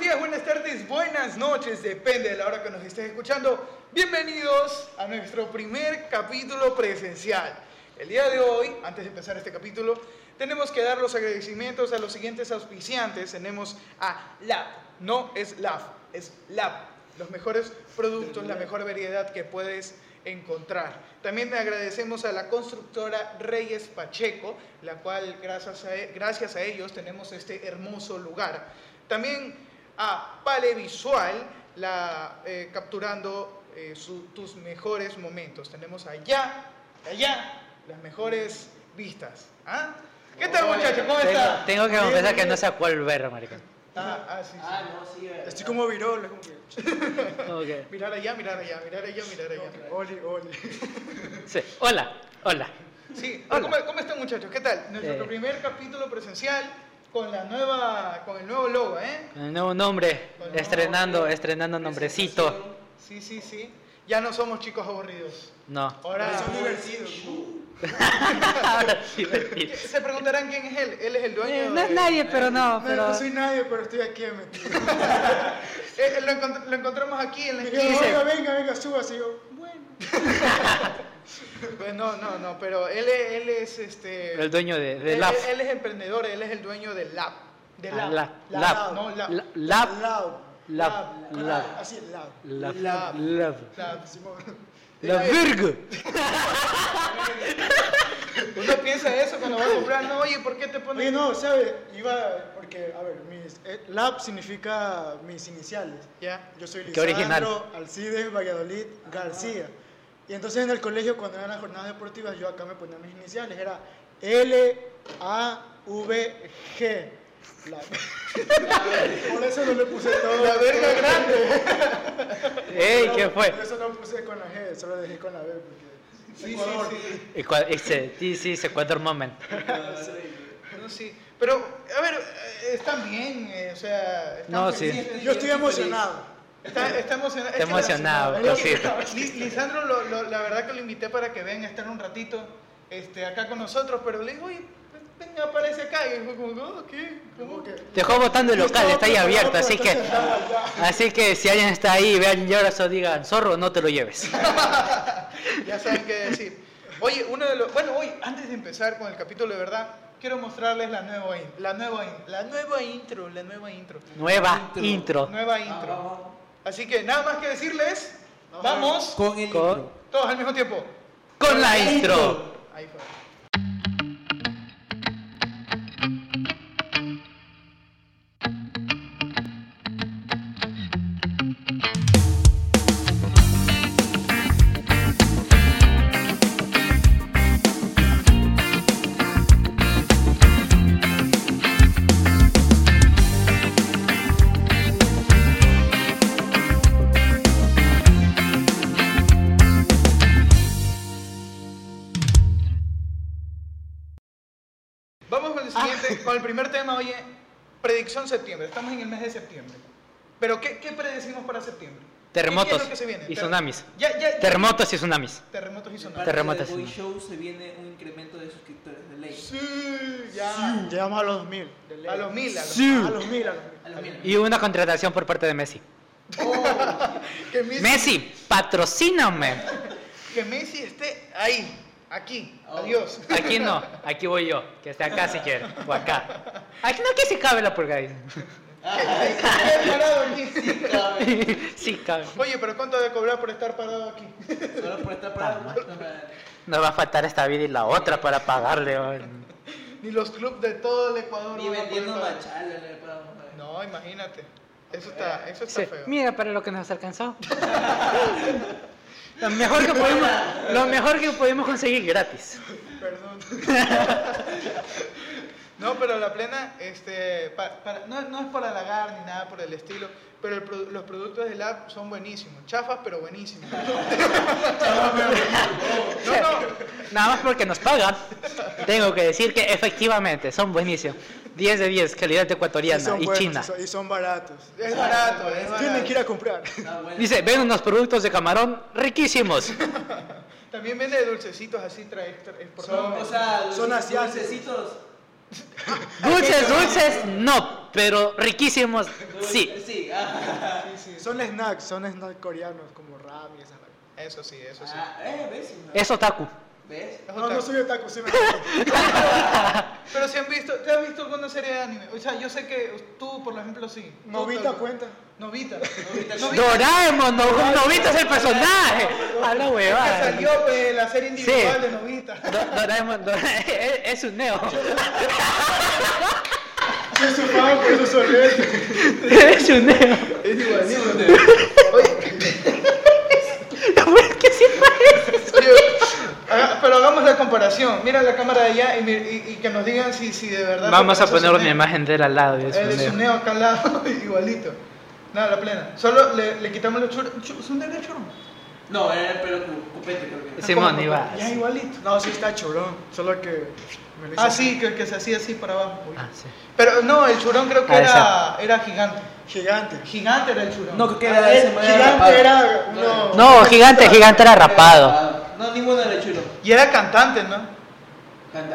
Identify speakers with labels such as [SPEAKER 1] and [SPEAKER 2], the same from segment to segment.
[SPEAKER 1] días, buenas tardes, buenas noches, depende de la hora que nos estés escuchando. Bienvenidos a nuestro primer capítulo presencial. El día de hoy, antes de empezar este capítulo, tenemos que dar los agradecimientos a los siguientes auspiciantes. Tenemos a LAB, no es LAB, es LAB. Los mejores productos, la mejor variedad que puedes encontrar. También te agradecemos a la constructora Reyes Pacheco, la cual gracias a, e- gracias a ellos tenemos este hermoso lugar. También a Pale Visual, la, eh, capturando eh, su- tus mejores momentos. Tenemos allá, allá, las mejores vistas. ¿Ah? ¿Qué tal muchachos? ¿Cómo
[SPEAKER 2] Tengo,
[SPEAKER 1] estás?
[SPEAKER 2] tengo que
[SPEAKER 1] Bien,
[SPEAKER 2] confesar que
[SPEAKER 1] bien.
[SPEAKER 2] no sé a cuál ver, marica.
[SPEAKER 1] Ah, ah, sí, sí.
[SPEAKER 3] Ah, no, sí, verdad.
[SPEAKER 1] Estoy como virol, como que-
[SPEAKER 2] Como que-
[SPEAKER 1] Mirar allá, mirar allá, mirar allá, mirar allá. Oli, oli.
[SPEAKER 2] sí. Hola, hola.
[SPEAKER 1] Sí, ah,
[SPEAKER 2] Hola.
[SPEAKER 1] ¿cómo, cómo están muchachos? ¿Qué tal? Nuestro
[SPEAKER 2] Eh.
[SPEAKER 1] primer capítulo presencial con la nueva, con el nuevo logo, ¿eh?
[SPEAKER 2] Con el nuevo nombre,
[SPEAKER 1] Con
[SPEAKER 2] estrenando,
[SPEAKER 1] nombre,
[SPEAKER 2] estrenando nombrecito.
[SPEAKER 1] Sí, sí, sí. Ya no somos chicos aburridos.
[SPEAKER 2] No.
[SPEAKER 1] Ahora
[SPEAKER 3] Son divertidos.
[SPEAKER 2] Ahora sí, mentira.
[SPEAKER 1] se preguntarán quién es él. Él es el dueño.
[SPEAKER 2] Eh, no es
[SPEAKER 1] de-
[SPEAKER 2] nadie, pero no,
[SPEAKER 4] No,
[SPEAKER 2] pero-
[SPEAKER 4] no soy nadie, pero estoy aquí metido.
[SPEAKER 1] Eh, lo, encont- lo encontramos aquí en la
[SPEAKER 4] Me
[SPEAKER 1] esquina.
[SPEAKER 4] dijeron, venga, venga, venga, súbase. Y yo, bueno.
[SPEAKER 1] Pues no, no, no. Pero él, es- él es este.
[SPEAKER 2] El dueño de, de
[SPEAKER 1] él-
[SPEAKER 2] Lab.
[SPEAKER 1] Él, es emprendedor. Él es el dueño del lab. De
[SPEAKER 2] Ah,
[SPEAKER 1] lab.
[SPEAKER 2] Lab, Lab.
[SPEAKER 1] No, lab.
[SPEAKER 2] La- Lab.
[SPEAKER 4] Loud.
[SPEAKER 2] Lab.
[SPEAKER 4] Con
[SPEAKER 2] Lab.
[SPEAKER 4] A, Ah, Así, loud.
[SPEAKER 2] Lab.
[SPEAKER 1] Lab.
[SPEAKER 2] Lab.
[SPEAKER 1] Lab.
[SPEAKER 2] La verga.
[SPEAKER 1] Uno piensa eso cuando va a comprar. No, oye, ¿por qué te pones?
[SPEAKER 4] Oye, no, ¿sabes? Iba, porque, a ver, mis, eh, lab significa mis iniciales.
[SPEAKER 1] Ya.
[SPEAKER 4] Yo soy
[SPEAKER 2] Qué original.
[SPEAKER 4] Lisandro Alcides Valladolid García. Y entonces en el colegio, cuando eran las jornadas deportivas, yo acá me ponía mis iniciales. Era L-A-V-G. Lab. Por eso no le puse todo.
[SPEAKER 1] La verga grande.
[SPEAKER 2] Ey, ¿qué fue?
[SPEAKER 4] Por eso no puse con la G, solo dejé con la B. Porque
[SPEAKER 1] Sí, sí,
[SPEAKER 4] Ecuador.
[SPEAKER 1] sí.
[SPEAKER 2] Y cua- Ese, sí, sí, ese cuadro moment.
[SPEAKER 1] No, sí. Pero, a ver, eh, están bien, eh, o sea. están
[SPEAKER 2] No, sí.
[SPEAKER 1] felices,
[SPEAKER 4] Yo estoy
[SPEAKER 1] feliz.
[SPEAKER 4] emocionado.
[SPEAKER 1] Está, está emocionado.
[SPEAKER 2] Está emocionado, cosita.
[SPEAKER 1] Li- Lisandro, lo- lo- la verdad que lo invité para que venga a estar un ratito este, acá con nosotros, pero le digo, oye, venga, aparece acá. Y fue como, "Oh, ¿qué? ¿Cómo que?
[SPEAKER 2] Te dejó botando el
[SPEAKER 4] Yo
[SPEAKER 2] local,
[SPEAKER 4] estaba
[SPEAKER 2] está ahí
[SPEAKER 4] preparado,
[SPEAKER 2] abierto,
[SPEAKER 4] pero
[SPEAKER 2] así
[SPEAKER 4] está
[SPEAKER 2] que.
[SPEAKER 4] sentado allá.
[SPEAKER 2] Así que si alguien está ahí, vean y ahora eso digan, zorro, no te lo lleves.
[SPEAKER 1] Ya saben qué decir. Oye, uno de los. Bueno, hoy, antes de empezar con el capítulo de verdad, quiero mostrarles la nueva, in- la nueva, in- la nueva intro, la nueva intro.
[SPEAKER 2] Nueva intro.
[SPEAKER 1] Nueva intro. Así que nada más que decirles, vamos
[SPEAKER 3] Con el
[SPEAKER 2] Con-
[SPEAKER 3] intro.
[SPEAKER 1] todos al mismo tiempo.
[SPEAKER 2] Con la intro.
[SPEAKER 1] Ahí fue. Vamos con el siguiente, con el primer tema, oye, predicción septiembre. Estamos en el mes de septiembre. Pero ¿qué, qué predecimos para septiembre? ¿Qué- qué es
[SPEAKER 2] Terremotos
[SPEAKER 1] lo que se viene?
[SPEAKER 2] y
[SPEAKER 1] Ter-
[SPEAKER 2] tsunamis.
[SPEAKER 1] Ya, ya, ya-
[SPEAKER 2] Terremotos y tsunamis.
[SPEAKER 1] Terremotos y tsunamis.
[SPEAKER 2] Ter- Terremotos.
[SPEAKER 3] Hoy show se viene un incremento de suscriptores de ley.
[SPEAKER 1] Sí, ya.
[SPEAKER 4] Llegamos a los 2000. de ley.
[SPEAKER 1] A los mil, a los-
[SPEAKER 2] Sí.
[SPEAKER 4] A los 1000, a los 1000.
[SPEAKER 3] A los mil.
[SPEAKER 2] Y una contratación por parte de Messi.
[SPEAKER 1] que, Messi,
[SPEAKER 2] Messi, patrocíname.
[SPEAKER 1] que Messi esté ahí, aquí.
[SPEAKER 4] Oh.
[SPEAKER 1] Adiós.
[SPEAKER 2] Aquí no, aquí voy yo, que esté acá si quiere, o acá. Aquí no, que si cabe la pulga ahí.
[SPEAKER 1] Qué parado aquí.
[SPEAKER 2] Sí cabe.
[SPEAKER 1] Oye, pero ¿cuánto de cobrar por estar parado aquí?
[SPEAKER 3] Solo por estar parado. no, para-
[SPEAKER 2] Nos va a faltar esta vida y la otra para pagarle. oh. oye.
[SPEAKER 1] Ni los clubes de todo el Ecuador.
[SPEAKER 3] Ni
[SPEAKER 1] van a poder
[SPEAKER 3] vendiendo
[SPEAKER 1] pagar.
[SPEAKER 3] machala le podamos dar.
[SPEAKER 1] No, imagínate. Eso está,
[SPEAKER 4] Eh,
[SPEAKER 1] eso está
[SPEAKER 2] Sí,
[SPEAKER 1] feo.
[SPEAKER 2] Mira para lo que nos alcanzó. Lo mejor que pudimos, lo mejor que pudimos conseguir gratis.
[SPEAKER 1] Perdón. No, pero la plena, este, pa- para- no, no es para halagar ni nada por el estilo, pero el pro- los productos del app son buenísimos, chafas pero buenísimos. No, no,
[SPEAKER 2] Nada más porque nos pagan. Tengo que decir que efectivamente son buenísimos. 10 de 10, calidad ecuatoriana y
[SPEAKER 4] buenos,
[SPEAKER 2] china.
[SPEAKER 4] son- Y son baratos.
[SPEAKER 1] es barato, es
[SPEAKER 4] Tienen que ir
[SPEAKER 1] barato.
[SPEAKER 4] a comprar.
[SPEAKER 3] Está Ah, bueno.
[SPEAKER 2] Dice, ven unos productos de camarón riquísimos.
[SPEAKER 1] También vende dulcecitos así, trae, trae- por
[SPEAKER 3] Son,
[SPEAKER 1] favor.
[SPEAKER 3] o sea,
[SPEAKER 4] Son
[SPEAKER 3] dulce-
[SPEAKER 4] asiáticos.
[SPEAKER 3] dulcecitos.
[SPEAKER 2] Dulces, dulces, no. pero riquísimos, sí.
[SPEAKER 3] Sí, ah.
[SPEAKER 1] Sí, sí.
[SPEAKER 4] Son snacks, son snacks coreanos como ramen y esas vainas.
[SPEAKER 1] Eso sí, eso sí.
[SPEAKER 3] Ah, eh, ¿ves? No.
[SPEAKER 2] Es otaku.
[SPEAKER 3] ¿Ves?
[SPEAKER 1] Es
[SPEAKER 4] No,
[SPEAKER 1] otaku.
[SPEAKER 4] no soy otaku, sí me
[SPEAKER 1] Pero si han visto, ¿te has visto alguna serie de anime? O sea, yo sé que tú, por ejemplo, sí. Tú,
[SPEAKER 4] Novita
[SPEAKER 1] tal-
[SPEAKER 4] cuenta.
[SPEAKER 1] Novita.
[SPEAKER 3] Novita.
[SPEAKER 1] Novita.
[SPEAKER 2] Doraemon, no, no viste el personaje. A la
[SPEAKER 1] Es
[SPEAKER 2] huevada.
[SPEAKER 1] que salió pues, la serie individual
[SPEAKER 2] Sí.
[SPEAKER 1] de Novita.
[SPEAKER 2] Do- Doraemon, Dora- es es un neo.
[SPEAKER 4] Soy su fan por su solete.
[SPEAKER 2] Es un neo.
[SPEAKER 1] Es igual, sí,
[SPEAKER 2] Lo bueno es que sí parece.
[SPEAKER 1] Pero hagamos la comparación. Mira la cámara de allá y, mi- y- y que nos digan si, si de verdad.
[SPEAKER 2] Vamos
[SPEAKER 1] se
[SPEAKER 2] a
[SPEAKER 1] parece
[SPEAKER 2] poner una
[SPEAKER 1] Suneo.
[SPEAKER 2] imagen de él al lado. y es
[SPEAKER 1] Él
[SPEAKER 2] un
[SPEAKER 1] es un
[SPEAKER 2] neo.
[SPEAKER 1] neo acá al lado, igualito. Nada, la plena. Solo le, le quitamos los churros. ¿Es un neo churro?
[SPEAKER 3] No, era el pelo cu- cupete, creo que.
[SPEAKER 2] Simón,
[SPEAKER 1] ¿Cómo?
[SPEAKER 2] iba.
[SPEAKER 1] Ya igualito.
[SPEAKER 4] No, sí está churón, solo que. me lo hice
[SPEAKER 1] Ah, sí, que, que se hacía así para abajo. pues.
[SPEAKER 2] Ah, sí.
[SPEAKER 1] Pero no, el churón creo que era,
[SPEAKER 2] Ah,
[SPEAKER 1] era gigante.
[SPEAKER 4] Gigante.
[SPEAKER 1] Gigante era el churón.
[SPEAKER 3] No, creo que
[SPEAKER 4] Ah,
[SPEAKER 3] era ese
[SPEAKER 4] el
[SPEAKER 3] manera
[SPEAKER 4] gigante
[SPEAKER 3] rapado.
[SPEAKER 4] era uno.
[SPEAKER 2] No, gigante, gigante era rapado.
[SPEAKER 3] No, ninguno era chulo.
[SPEAKER 1] Y era cantante, ¿no?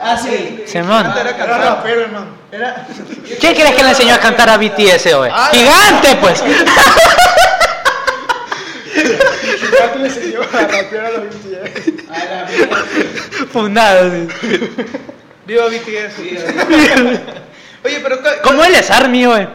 [SPEAKER 3] Ah, sí.
[SPEAKER 2] Simón.
[SPEAKER 1] Gigante era
[SPEAKER 4] Era
[SPEAKER 1] cantante.
[SPEAKER 4] rapero, hermano.
[SPEAKER 1] Era...
[SPEAKER 2] ¿Quién crees que le enseñó a cantar a BTS hoy?
[SPEAKER 1] Ah,
[SPEAKER 2] ¡Gigante, pues!
[SPEAKER 4] Gigante le enseñó a rapear a los BTS.
[SPEAKER 3] Ah, la mierda.
[SPEAKER 2] Fundado. sí.
[SPEAKER 1] Viva BTS.
[SPEAKER 3] Sí,
[SPEAKER 1] Oye, pero... ca-
[SPEAKER 2] ¿Cómo él es Army hoy?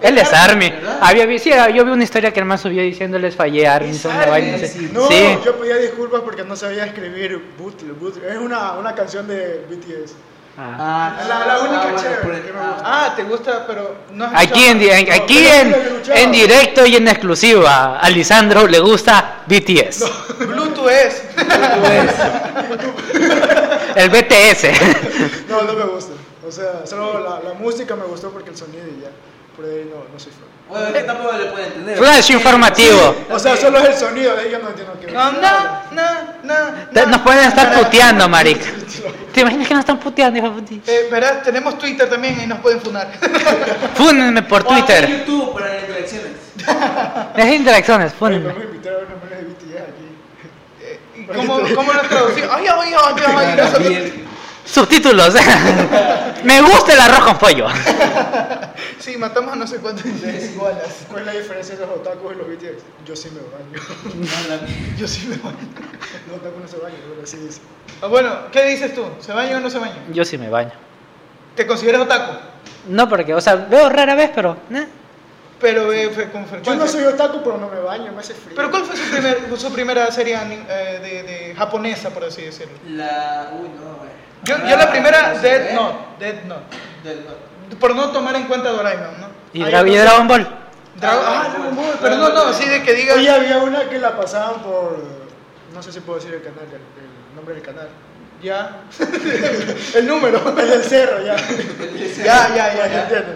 [SPEAKER 2] Él es Army.
[SPEAKER 3] ¿verdad?
[SPEAKER 2] Había, vi- sí, ah, yo vi una historia que el man subió diciéndoles fallé a Army.
[SPEAKER 1] Es
[SPEAKER 2] son una vaina,
[SPEAKER 3] Army,
[SPEAKER 2] no sé.
[SPEAKER 3] sí.
[SPEAKER 4] No,
[SPEAKER 2] sí.
[SPEAKER 4] yo pedía disculpas porque no sabía escribir Bootle. Bootle. Es una, una canción de BTS.
[SPEAKER 2] Ah.
[SPEAKER 3] Ah,
[SPEAKER 4] La- la única
[SPEAKER 3] bueno,
[SPEAKER 4] chévere
[SPEAKER 3] por el-
[SPEAKER 4] que me gusta.
[SPEAKER 1] Ah, te gusta, pero no has
[SPEAKER 2] Aquí, en, di- en-
[SPEAKER 1] escuchado.
[SPEAKER 2] aquí
[SPEAKER 4] pero
[SPEAKER 2] en,
[SPEAKER 4] mira, luchaba.
[SPEAKER 2] en directo y en exclusiva, a Lisandro le gusta BTS.
[SPEAKER 1] Bluetooth es.
[SPEAKER 2] El BTS.
[SPEAKER 4] No, no me gusta. O sea, solo la, la música me gustó porque el sonido y ya. Por ahí no, no soy fan.
[SPEAKER 3] Bueno, es que tampoco le puede entender.
[SPEAKER 2] Flash informativo.
[SPEAKER 4] O sea, solo es el sonido, de ahí yo no entiendo qué.
[SPEAKER 1] No, no, no, no.
[SPEAKER 2] Te-
[SPEAKER 1] no.
[SPEAKER 2] Nos pueden estar puteando, marica. ¿Te imaginas que nos están puteando, hijo de puti?
[SPEAKER 1] Eh, verás, tenemos Twitter también y nos pueden funar.
[SPEAKER 2] Fúnenme por
[SPEAKER 3] O hacer
[SPEAKER 2] Twitter.
[SPEAKER 3] YouTube para las interacciones.
[SPEAKER 2] Las interacciones,
[SPEAKER 4] Oye,
[SPEAKER 2] fúnenme.
[SPEAKER 4] vamos a invitar a una manera de BTS aquí.
[SPEAKER 1] Eh, ¿y ¿Cómo, ¿Cómo lo traducimos? Ay, ay, ay, ay, ay, nosotros-
[SPEAKER 2] Subtítulos. Me gusta el arroz con pollo.
[SPEAKER 1] Sí, matamos a no sé cuántos
[SPEAKER 4] Es
[SPEAKER 1] inglés.
[SPEAKER 4] igual, así. ¿Cuál es la diferencia entre los otakus y los BTS? Yo sí me baño.
[SPEAKER 1] Yo sí me baño.
[SPEAKER 4] Los otakus no se bañan, pero así dice.
[SPEAKER 1] Ah, Bueno, ¿qué dices tú? ¿Se baña o no se baña?
[SPEAKER 2] Yo sí me baño.
[SPEAKER 1] ¿Te consideras otaku?
[SPEAKER 2] No porque, o sea, veo rara vez, pero... ¿eh? nah.
[SPEAKER 1] Pero eh, fue con
[SPEAKER 4] Yo
[SPEAKER 1] frecuencia.
[SPEAKER 4] no soy otaku, pero no me baño, me hace frío.
[SPEAKER 1] ¿Pero cuál fue su, primer, su primera serie ani- eh, de, de japonesa, por así decirlo?
[SPEAKER 3] La. Uy, no, güey.
[SPEAKER 1] Yo, yo la primera, Dead
[SPEAKER 3] ¿Eh?
[SPEAKER 1] Note. Dead Note.
[SPEAKER 3] Dead Note.
[SPEAKER 1] Por no tomar en cuenta Doraemon, ¿no?
[SPEAKER 2] ¿Y,
[SPEAKER 1] Ahí
[SPEAKER 2] Dra- y
[SPEAKER 1] entonces-
[SPEAKER 2] Dragon Ball?
[SPEAKER 1] Dragon- ah, Dragon Ball. Pero no, no, así de que digas...
[SPEAKER 4] Oye, había una que la pasaban por. No sé si puedo decir el canal, el, el nombre del canal.
[SPEAKER 1] Ya. El número.
[SPEAKER 4] El del cerro, ya.
[SPEAKER 1] Ya, ya,
[SPEAKER 4] ya, ya
[SPEAKER 1] ya. ya.
[SPEAKER 4] entiendo.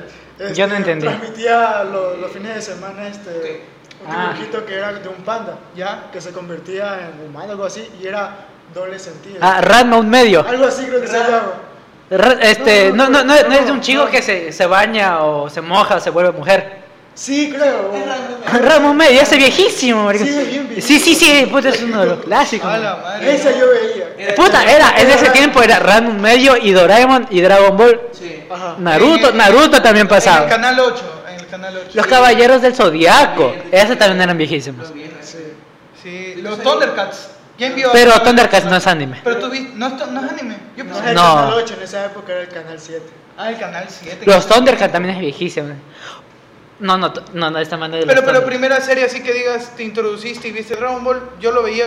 [SPEAKER 2] Yo no entendí.
[SPEAKER 4] Transmitía lo- los fines de semana este.
[SPEAKER 3] Ok.
[SPEAKER 4] Un
[SPEAKER 2] Ah.
[SPEAKER 4] dibujito que era de un panda,
[SPEAKER 1] Ya.
[SPEAKER 4] que se convertía en humano, algo así, y era doble sentido.
[SPEAKER 2] Ah, Ranma un medio.
[SPEAKER 4] Algo así creo que se
[SPEAKER 3] Ra-
[SPEAKER 4] llama.
[SPEAKER 2] Ra- Este, no,
[SPEAKER 4] No,
[SPEAKER 2] no,
[SPEAKER 4] no,
[SPEAKER 2] no, no es de un
[SPEAKER 4] no,
[SPEAKER 2] chico
[SPEAKER 4] no.
[SPEAKER 2] que se, se baña o se moja, se vuelve mujer.
[SPEAKER 4] Sí, creo.
[SPEAKER 3] Es raro, ¿no?
[SPEAKER 2] Ranma un medio, Ah, ese viejísimo, marica.
[SPEAKER 4] Sí, bien viejo.
[SPEAKER 2] Sí, sí, sí, puta, es uno de los clásicos.
[SPEAKER 1] A la
[SPEAKER 2] man.
[SPEAKER 1] madre.
[SPEAKER 4] Esa yo veía.
[SPEAKER 3] Era-
[SPEAKER 2] Puta, era, en ese tiempo era Ranma un medio y Doraemon y Dragon Ball.
[SPEAKER 3] Sí.
[SPEAKER 4] Ajá.
[SPEAKER 2] Naruto,
[SPEAKER 1] En-
[SPEAKER 2] Naruto también
[SPEAKER 1] En el
[SPEAKER 2] pasaba.
[SPEAKER 1] canal 8. En el canal 8.
[SPEAKER 2] Los Caballeros del Zodiaco,
[SPEAKER 3] Bien,
[SPEAKER 2] esos también eran viejísimos.
[SPEAKER 3] Los viejos, sí.
[SPEAKER 4] Sí.
[SPEAKER 1] Sí, los Thundercats. ¿Quién vio?
[SPEAKER 2] Pero Thundercats no es anime.
[SPEAKER 1] Pero tú viste. No, es to- no es anime. Yo
[SPEAKER 4] No,
[SPEAKER 1] pensé-
[SPEAKER 4] era el
[SPEAKER 2] No.
[SPEAKER 4] canal 8, en esa época era el canal 7.
[SPEAKER 1] Ah, el canal 7.
[SPEAKER 2] Los Thundercats también es viejísimo. No, no, t- no, no, esta mano de los
[SPEAKER 1] Pero, pero
[SPEAKER 2] Thunder-
[SPEAKER 1] primera serie así que digas, te introduciste y viste Dragon Ball, yo lo veía.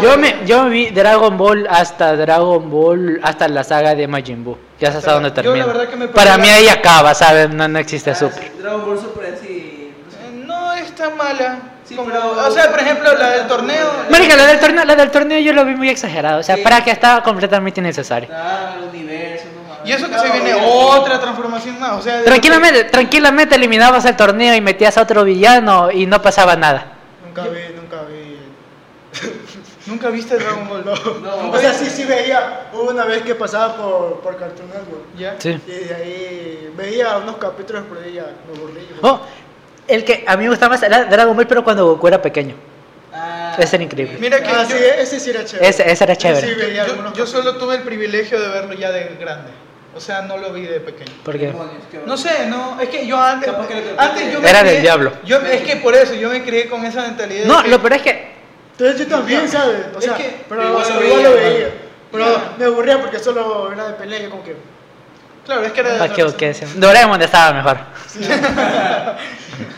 [SPEAKER 2] Yo me, yo vi Dragon Ball hasta Dragon Ball, hasta la saga de Majin Buu. Ya sabes
[SPEAKER 1] Pero
[SPEAKER 2] hasta dónde
[SPEAKER 1] yo
[SPEAKER 2] termina.
[SPEAKER 1] la verdad que me
[SPEAKER 2] Para
[SPEAKER 1] perdí
[SPEAKER 2] mí
[SPEAKER 1] la-
[SPEAKER 2] ahí acaba, ¿sabes? No, no existe
[SPEAKER 3] Ah,
[SPEAKER 2] Super.
[SPEAKER 3] Dragon Ball Super, así. no sé.
[SPEAKER 1] Eh, No es tan mala.
[SPEAKER 3] Sí,
[SPEAKER 1] Como-
[SPEAKER 3] pero-
[SPEAKER 1] O sea, por ejemplo, la del torneo.
[SPEAKER 2] Marica, la del torneo, la del torneo yo lo vi muy exagerado. O sea,
[SPEAKER 3] Sí.
[SPEAKER 2] para que estaba completamente innecesario.
[SPEAKER 3] Ah, el universo, no mames.
[SPEAKER 1] Y eso que se
[SPEAKER 3] No,
[SPEAKER 1] viene
[SPEAKER 3] ya.
[SPEAKER 1] otra transformación más. O sea, de-
[SPEAKER 2] Tranquilamente, tranquilamente eliminabas el torneo y metías a otro villano y no pasaba nada.
[SPEAKER 4] Nunca vi, nunca vi.
[SPEAKER 1] Nunca viste Dragon Ball.
[SPEAKER 3] No,
[SPEAKER 4] O sea, sí, sí veía. Hubo una vez que pasaba por, por Cartoon Network.
[SPEAKER 1] ¿Ya?
[SPEAKER 2] Sí.
[SPEAKER 4] Y de ahí veía unos capítulos, pero ahí ya me aburrí.
[SPEAKER 2] Oh, el que a mí me gustaba más era Dragon Ball, pero cuando Goku era pequeño.
[SPEAKER 3] Ah,
[SPEAKER 2] Ese era increíble.
[SPEAKER 3] ok.
[SPEAKER 1] Mira que
[SPEAKER 4] Ah,
[SPEAKER 1] yo,
[SPEAKER 4] sí, ese sí era chévere.
[SPEAKER 2] Ese, ese era
[SPEAKER 4] Sí,
[SPEAKER 2] chévere.
[SPEAKER 4] veía
[SPEAKER 1] yo-
[SPEAKER 4] algunos
[SPEAKER 1] yo solo tuve el privilegio de verlo ya de grande. O O sea, no lo vi de pequeño.
[SPEAKER 2] ¿Por qué?
[SPEAKER 3] Demonios, qué
[SPEAKER 1] No sé, no, es que yo antes,
[SPEAKER 3] Capaz que lo-
[SPEAKER 1] antes yo me
[SPEAKER 2] Era del
[SPEAKER 1] crié-
[SPEAKER 2] diablo.
[SPEAKER 1] Yo, es que por eso, yo me crié con esa mentalidad. de
[SPEAKER 2] No,
[SPEAKER 1] que-
[SPEAKER 2] lo peor es que
[SPEAKER 4] Entonces yo también, ¿sabes? O
[SPEAKER 1] Es
[SPEAKER 4] sea,
[SPEAKER 1] que
[SPEAKER 4] pero
[SPEAKER 3] igual
[SPEAKER 4] o sea,
[SPEAKER 3] lo
[SPEAKER 4] igual lo
[SPEAKER 3] veía,
[SPEAKER 4] veía. Pero
[SPEAKER 1] Claro.
[SPEAKER 4] me aburría porque solo era de pelea. Yo como que.
[SPEAKER 1] Claro, es que era de
[SPEAKER 2] ¿Para
[SPEAKER 1] otra
[SPEAKER 2] Ah, qué o
[SPEAKER 1] cosa.
[SPEAKER 2] qué? Doraemon estaba mejor.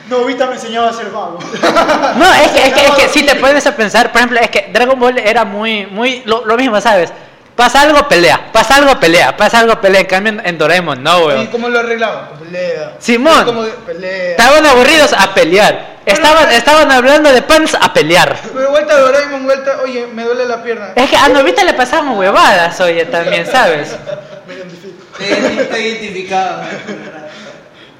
[SPEAKER 4] Novita me enseñaba a ser vago.
[SPEAKER 2] No, es que, es que, es que si te pones a pensar, por ejemplo, es que Dragon Ball era muy, muy, lo, lo mismo, ¿sabes? Pasa algo, pelea, pasa algo, pelea, pasa algo, pelea. En cambio, en- en Doraemon, no,
[SPEAKER 1] ¿Y
[SPEAKER 2] weón.
[SPEAKER 1] cómo lo arreglaban? Con Pelea.
[SPEAKER 2] Simón.
[SPEAKER 1] Como de pelea.
[SPEAKER 2] Estaban aburridos a pelear. Estaban, estaban hablando de pants a pelear.
[SPEAKER 1] Pero vuelta a Doraemon, vuelta, oye, me duele la pierna.
[SPEAKER 2] Es que a Novita le pasaban huevadas, oye, también, ¿sabes?
[SPEAKER 4] Me identifico.
[SPEAKER 3] Te, te identificaba. ¿verdad?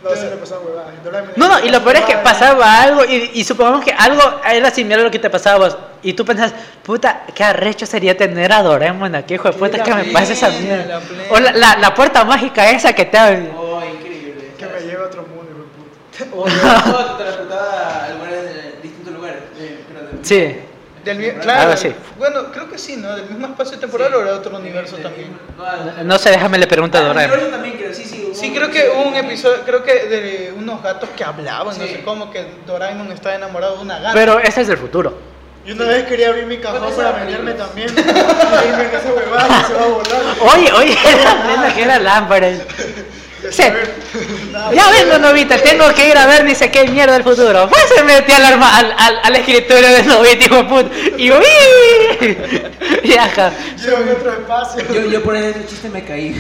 [SPEAKER 4] No, se le pasaba huevada. Doraemon
[SPEAKER 2] No,
[SPEAKER 4] era
[SPEAKER 2] no, y lo peor es que
[SPEAKER 4] huevada.
[SPEAKER 2] pasaba algo y, y supongamos que algo era similar a lo que te pasaba a vos. Y tú pensás, puta, qué arrecho sería tener a Doraemon aquí, hijo de
[SPEAKER 1] Sí,
[SPEAKER 2] puta,
[SPEAKER 1] la
[SPEAKER 2] que me pase esa
[SPEAKER 1] plena, la
[SPEAKER 2] mierda.
[SPEAKER 1] plena.
[SPEAKER 2] O la, la- la puerta mágica esa que te abre.
[SPEAKER 3] Oh, increíble.
[SPEAKER 4] Que me lleve a otro mundo, hijo de puta.
[SPEAKER 3] O no, te transportaba a lugares, de- distintos lugares. eh, pero del-
[SPEAKER 2] Sí. Ah,
[SPEAKER 1] Del mi-
[SPEAKER 3] Algo
[SPEAKER 1] claro.
[SPEAKER 2] así.
[SPEAKER 1] Bueno, creo que sí, ¿no? Del mismo espacio temporal o era otro universo
[SPEAKER 3] Del
[SPEAKER 1] también.
[SPEAKER 3] mismo- no, al-
[SPEAKER 2] No sé, déjame le pregunto a
[SPEAKER 3] Ah, del
[SPEAKER 2] Doraemon.
[SPEAKER 3] universo también creo, sí, sí. hubo
[SPEAKER 1] Sí,
[SPEAKER 3] un
[SPEAKER 1] creo que hubo un
[SPEAKER 3] también.
[SPEAKER 1] episodio, creo que de unos gatos que hablaban, no
[SPEAKER 3] Sí.
[SPEAKER 1] sé cómo, que Doraemon está enamorado de una gata.
[SPEAKER 2] Pero ese es del futuro.
[SPEAKER 4] Yo una vez quería abrir mi cajón
[SPEAKER 3] Bueno,
[SPEAKER 4] para
[SPEAKER 3] esa
[SPEAKER 4] meterme
[SPEAKER 3] película.
[SPEAKER 4] también. Y irme en esa huevada y se va a volar.
[SPEAKER 2] Oye, oye, la plena que era lámpara. Sí. Ya vengo, Novita, tengo que ir a ver ni sé qué mierda del futuro. Pues se metió al arma, al, al, al escritorio de Novita, hijo de puta. Y uy. Y ajá.
[SPEAKER 4] Yo en otro espacio.
[SPEAKER 3] Yo, yo por ese chiste me caí.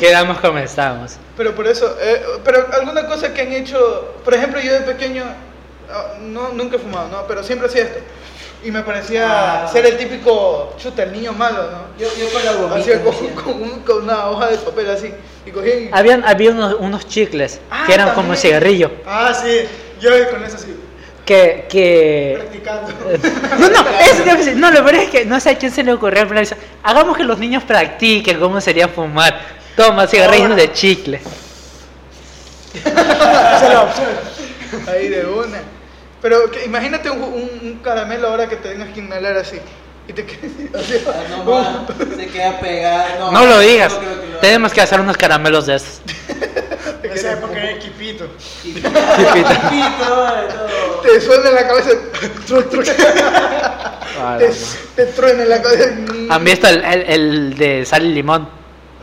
[SPEAKER 2] Quedamos como estamos.
[SPEAKER 1] Pero por eso, eh, pero alguna cosa que han hecho, por ejemplo, yo de pequeño, ah, no, nunca he fumado, ¿no? Pero siempre hacía esto. Y me parecía
[SPEAKER 3] Ah.
[SPEAKER 1] ser el típico, chuta, el niño malo, ¿no?
[SPEAKER 3] Yo, yo con la gomita.
[SPEAKER 1] Hacía con,
[SPEAKER 3] decía.
[SPEAKER 1] con un- con una hoja de papel así. Y cogía y...
[SPEAKER 2] Habían, había unos, unos chicles
[SPEAKER 1] Ah,
[SPEAKER 2] que eran como
[SPEAKER 1] también.
[SPEAKER 2] cigarrillo.
[SPEAKER 4] Ah, sí. Yo con eso sí.
[SPEAKER 2] Que, que...
[SPEAKER 4] Practicando.
[SPEAKER 2] No, no, eso te iba a decir. No, lo peor es que no sé a quién se le ocurrió. pero dice, Hagamos que los niños practiquen cómo sería fumar. Toma, cigarrillos de chicle.
[SPEAKER 4] Esa es la opción.
[SPEAKER 1] Ahí de una. Pero que- imagínate un, un- un caramelo ahora que te tengas que inhalar así. Y te quedes así.
[SPEAKER 3] Ah, no, ma, se queda pegada. No,
[SPEAKER 2] No lo digas.
[SPEAKER 3] no creo que lo
[SPEAKER 2] Tenemos que hacer unos caramelos de esos.
[SPEAKER 4] En esa época era equipito.
[SPEAKER 3] Y- y pito, de todo.
[SPEAKER 1] Te suena en la cabeza. truc, truc, te, te truena en la cabeza. Mm.
[SPEAKER 2] ¿Han visto el, el- el de sal y limón?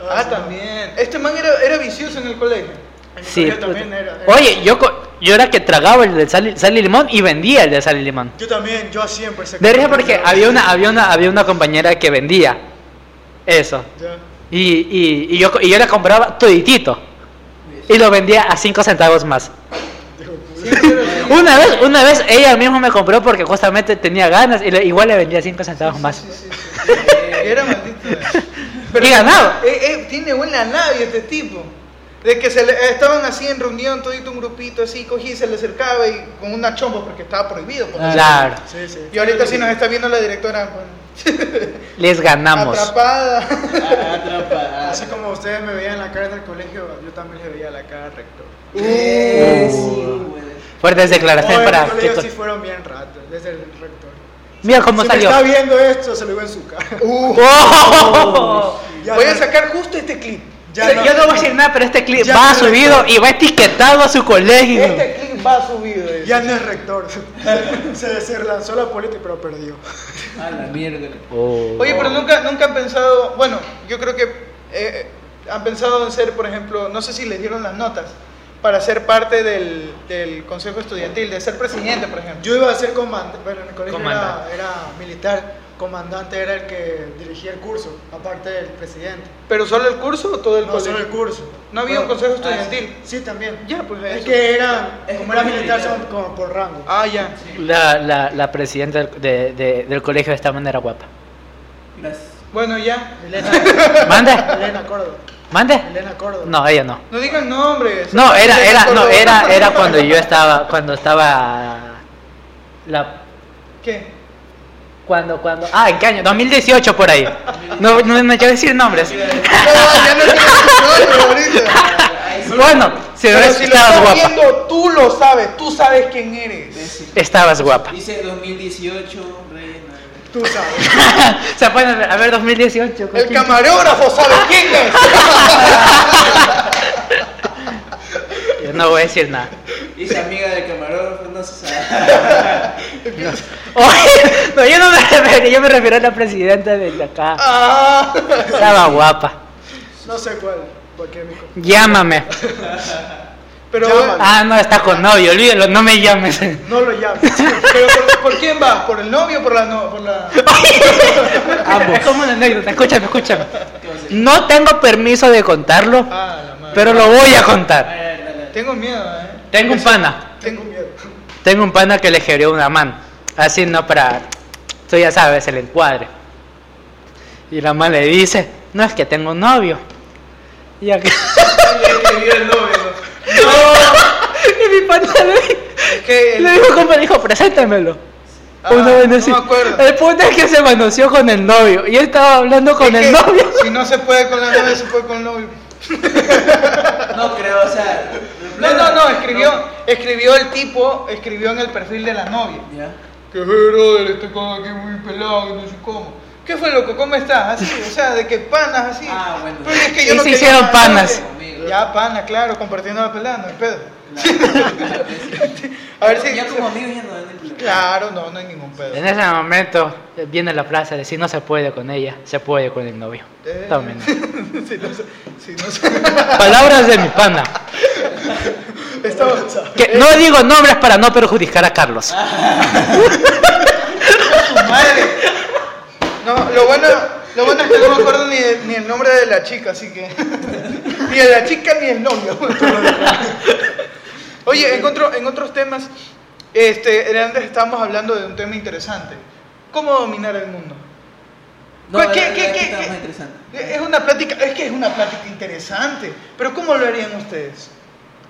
[SPEAKER 1] Ah,
[SPEAKER 4] sí.
[SPEAKER 1] también. Este man era, era vicioso en el colegio.
[SPEAKER 4] En mi
[SPEAKER 2] Sí.
[SPEAKER 4] colegio también era.
[SPEAKER 2] Oye, yo, co- yo era que tragaba el de sal y, sal y limón y vendía el de sal y limón.
[SPEAKER 4] Yo también, yo siempre se
[SPEAKER 2] De risa porque había una, había una, había una compañera que vendía eso.
[SPEAKER 4] Ya.
[SPEAKER 2] Y, y- y yo, co- y yo le compraba toditito. Y lo vendía a 5 centavos más. Una vez, una vez ella misma me compró porque justamente tenía ganas y le- igual le vendía 5 centavos más.
[SPEAKER 1] Sí, sí, sí. Eh, Era maldito.
[SPEAKER 2] Y ganaba.
[SPEAKER 1] Eh, eh, tiene buena labia este tipo. De que se le, eh, estaban así en reunión, todito un grupito así, cogí y se le acercaba y con una chompa porque estaba prohibido. pues.
[SPEAKER 2] Ah, Claro,
[SPEAKER 4] Sí, sí.
[SPEAKER 1] Y ahorita sí nos está viendo la directora bueno,
[SPEAKER 2] les ganamos.
[SPEAKER 1] atrapada.
[SPEAKER 3] Ah, Atrapada.
[SPEAKER 4] Así como ustedes me veían la cara en el colegio, yo también le veía la cara al rector.
[SPEAKER 3] Eh, sí, güey.
[SPEAKER 2] Fuertes declaraciones
[SPEAKER 4] Oye,
[SPEAKER 2] para...
[SPEAKER 4] en el colegio sí fueron bien ratos, desde el rector.
[SPEAKER 2] Mira cómo
[SPEAKER 4] si me
[SPEAKER 2] salió.
[SPEAKER 4] está viendo esto, se lo digo en su cara.
[SPEAKER 1] Uh,
[SPEAKER 2] ¡Oh!
[SPEAKER 4] Ya
[SPEAKER 1] voy a
[SPEAKER 4] no-
[SPEAKER 1] sacar justo este clip.
[SPEAKER 4] Ya
[SPEAKER 2] Yo-
[SPEAKER 4] no-
[SPEAKER 2] yo no voy a decir nada, pero este clip
[SPEAKER 4] Ya
[SPEAKER 2] va
[SPEAKER 4] no
[SPEAKER 2] subido
[SPEAKER 4] recuerdo.
[SPEAKER 2] y va etiquetado a su colegio.
[SPEAKER 1] Este clip va subido. eh.
[SPEAKER 4] Ya no es rector. Se, se- se lanzó la política, pero perdió.
[SPEAKER 3] A la mierda.
[SPEAKER 2] Oh.
[SPEAKER 1] Oye, pero nunca, nunca han pensado, bueno, yo creo que eh, han pensado en ser, por ejemplo, no sé si les dieron las notas, para ser parte del, del consejo estudiantil, de ser presidente, por ejemplo.
[SPEAKER 4] Yo iba a ser comandante, bueno, en el colegio era,
[SPEAKER 2] Comandante.
[SPEAKER 4] era militar. Comandante era el que dirigía el curso, aparte del presidente.
[SPEAKER 1] ¿Pero solo el curso o todo el
[SPEAKER 4] No
[SPEAKER 1] colegio?
[SPEAKER 4] solo el curso.
[SPEAKER 1] No había un
[SPEAKER 4] Bueno,
[SPEAKER 1] consejo
[SPEAKER 3] ah, sí.
[SPEAKER 1] estudiantil.
[SPEAKER 4] Sí, también.
[SPEAKER 1] Ya, pues
[SPEAKER 4] Es
[SPEAKER 1] eso.
[SPEAKER 4] que era,
[SPEAKER 3] Es que
[SPEAKER 4] como era
[SPEAKER 3] como
[SPEAKER 4] militar,
[SPEAKER 3] militar.
[SPEAKER 4] son como por rango.
[SPEAKER 1] Ah, ya.
[SPEAKER 2] La, la, la presidenta del, de- de- del colegio de esta manera guapa.
[SPEAKER 3] Gracias.
[SPEAKER 1] Bueno, ya.
[SPEAKER 4] Elena,
[SPEAKER 2] ¿Mande?
[SPEAKER 4] Elena Córdoba.
[SPEAKER 2] ¿Mande?
[SPEAKER 4] Elena Córdoba.
[SPEAKER 2] No, ella no.
[SPEAKER 1] No digan nombres.
[SPEAKER 2] No, era,
[SPEAKER 1] Elena
[SPEAKER 2] era, no,
[SPEAKER 1] Córdoba.
[SPEAKER 2] era, era cuando yo estaba, cuando estaba la
[SPEAKER 1] ¿Qué?
[SPEAKER 2] cuando, cuando, ah, ¿en qué año? 2018 por ahí. No, no, no quiero decir nombres.
[SPEAKER 1] No, ya no digan nombres ahorita.
[SPEAKER 2] Bueno, si
[SPEAKER 1] Pero
[SPEAKER 2] ves,
[SPEAKER 1] si lo
[SPEAKER 2] estabas
[SPEAKER 1] estás
[SPEAKER 2] guapa.
[SPEAKER 1] viendo, tú lo sabes, tú sabes quién eres.
[SPEAKER 3] Imbécil.
[SPEAKER 2] Estabas guapa.
[SPEAKER 3] Dice 2018, reina.
[SPEAKER 4] Tú sabes.
[SPEAKER 2] Se pueden a ver 2018.
[SPEAKER 1] El
[SPEAKER 2] cochino.
[SPEAKER 1] camarógrafo sabe quién es.
[SPEAKER 2] Yo no voy a decir nada.
[SPEAKER 3] Y esa amiga del camarógrafo no se sabe.
[SPEAKER 2] Oye, no, yo no me refiero, yo me refiero a la presidenta de acá.
[SPEAKER 1] Ah.
[SPEAKER 2] Estaba guapa.
[SPEAKER 4] No sé cuál. Porque mi co-
[SPEAKER 2] Llámame.
[SPEAKER 1] Pero,
[SPEAKER 4] Llámalo.
[SPEAKER 2] Ah, no, está con novio, olvídalo, no me llames.
[SPEAKER 4] No lo llames.
[SPEAKER 1] pero por, por quién vas? ¿Por el novio o por la no- por la
[SPEAKER 2] Es como una anécdota, escúchame, escúchame. No tengo permiso de contarlo,
[SPEAKER 1] Ah, la madre.
[SPEAKER 2] pero lo voy a contar.
[SPEAKER 3] Dale, dale, dale.
[SPEAKER 1] Tengo miedo, eh.
[SPEAKER 2] Tengo un pana,
[SPEAKER 4] Tengo miedo.
[SPEAKER 2] tengo un pana que le quebró una mano. Así no para, tú ya sabes, el encuadre. Y la mamá le dice, no es que tengo un novio. Y acá...
[SPEAKER 3] Le escribió el novio.
[SPEAKER 2] y mi pana le,
[SPEAKER 1] Es que el-
[SPEAKER 2] le dijo, como le dijo, preséntamelo.
[SPEAKER 1] Ah,
[SPEAKER 2] Una vaina así.
[SPEAKER 1] no me acuerdo.
[SPEAKER 2] El punto es que se manoseó con el novio. Y él estaba hablando con
[SPEAKER 1] es
[SPEAKER 2] el
[SPEAKER 1] que
[SPEAKER 2] novio.
[SPEAKER 1] Si no se puede con la novia, se puede con el novio.
[SPEAKER 3] No creo, o sea.
[SPEAKER 1] No, no, no, escribió, escribió el tipo, escribió en el perfil de la novia.
[SPEAKER 3] Ya.
[SPEAKER 1] Que brother, estoy con aquí muy pelado, no sé cómo. ¿Qué fue loco? ¿Cómo estás? Así, o sea, de que panas así.
[SPEAKER 3] Ah, bueno.
[SPEAKER 1] Pero es que
[SPEAKER 2] Y
[SPEAKER 1] yo no
[SPEAKER 2] se
[SPEAKER 1] quería
[SPEAKER 2] hicieron
[SPEAKER 1] nada,
[SPEAKER 2] panas.
[SPEAKER 1] ¿no? Ya, panas, claro, compartiendo la pelada, no hay pedo. A ver si.
[SPEAKER 3] Ya como amigo ya no dan el plan.
[SPEAKER 1] Claro, no, no hay ningún pedo.
[SPEAKER 2] En ese momento eh, viene la frase de si no se puede con ella, se puede con el novio.
[SPEAKER 1] Eh.
[SPEAKER 2] Tomen.
[SPEAKER 1] si no, se- si no se-
[SPEAKER 2] Palabras de mi pana.
[SPEAKER 1] Estamos-
[SPEAKER 2] Que no digo nombres para no perjudicar a Carlos.
[SPEAKER 1] Madre. No, lo bueno, lo bueno es que no me acuerdo ni, ni el nombre de la chica, así que. ni de la chica ni el novio. Oye, en, otro- en otros temas, este, antes estábamos hablando de un tema interesante: ¿cómo dominar el mundo?
[SPEAKER 3] No,
[SPEAKER 1] ¿Qué-
[SPEAKER 3] la-
[SPEAKER 1] qué-
[SPEAKER 3] la- la
[SPEAKER 1] qué-
[SPEAKER 3] que
[SPEAKER 1] qué-
[SPEAKER 3] está
[SPEAKER 1] qué?
[SPEAKER 3] más interesante.
[SPEAKER 1] Es una plática, es que es una plática interesante, pero ¿cómo lo harían ustedes?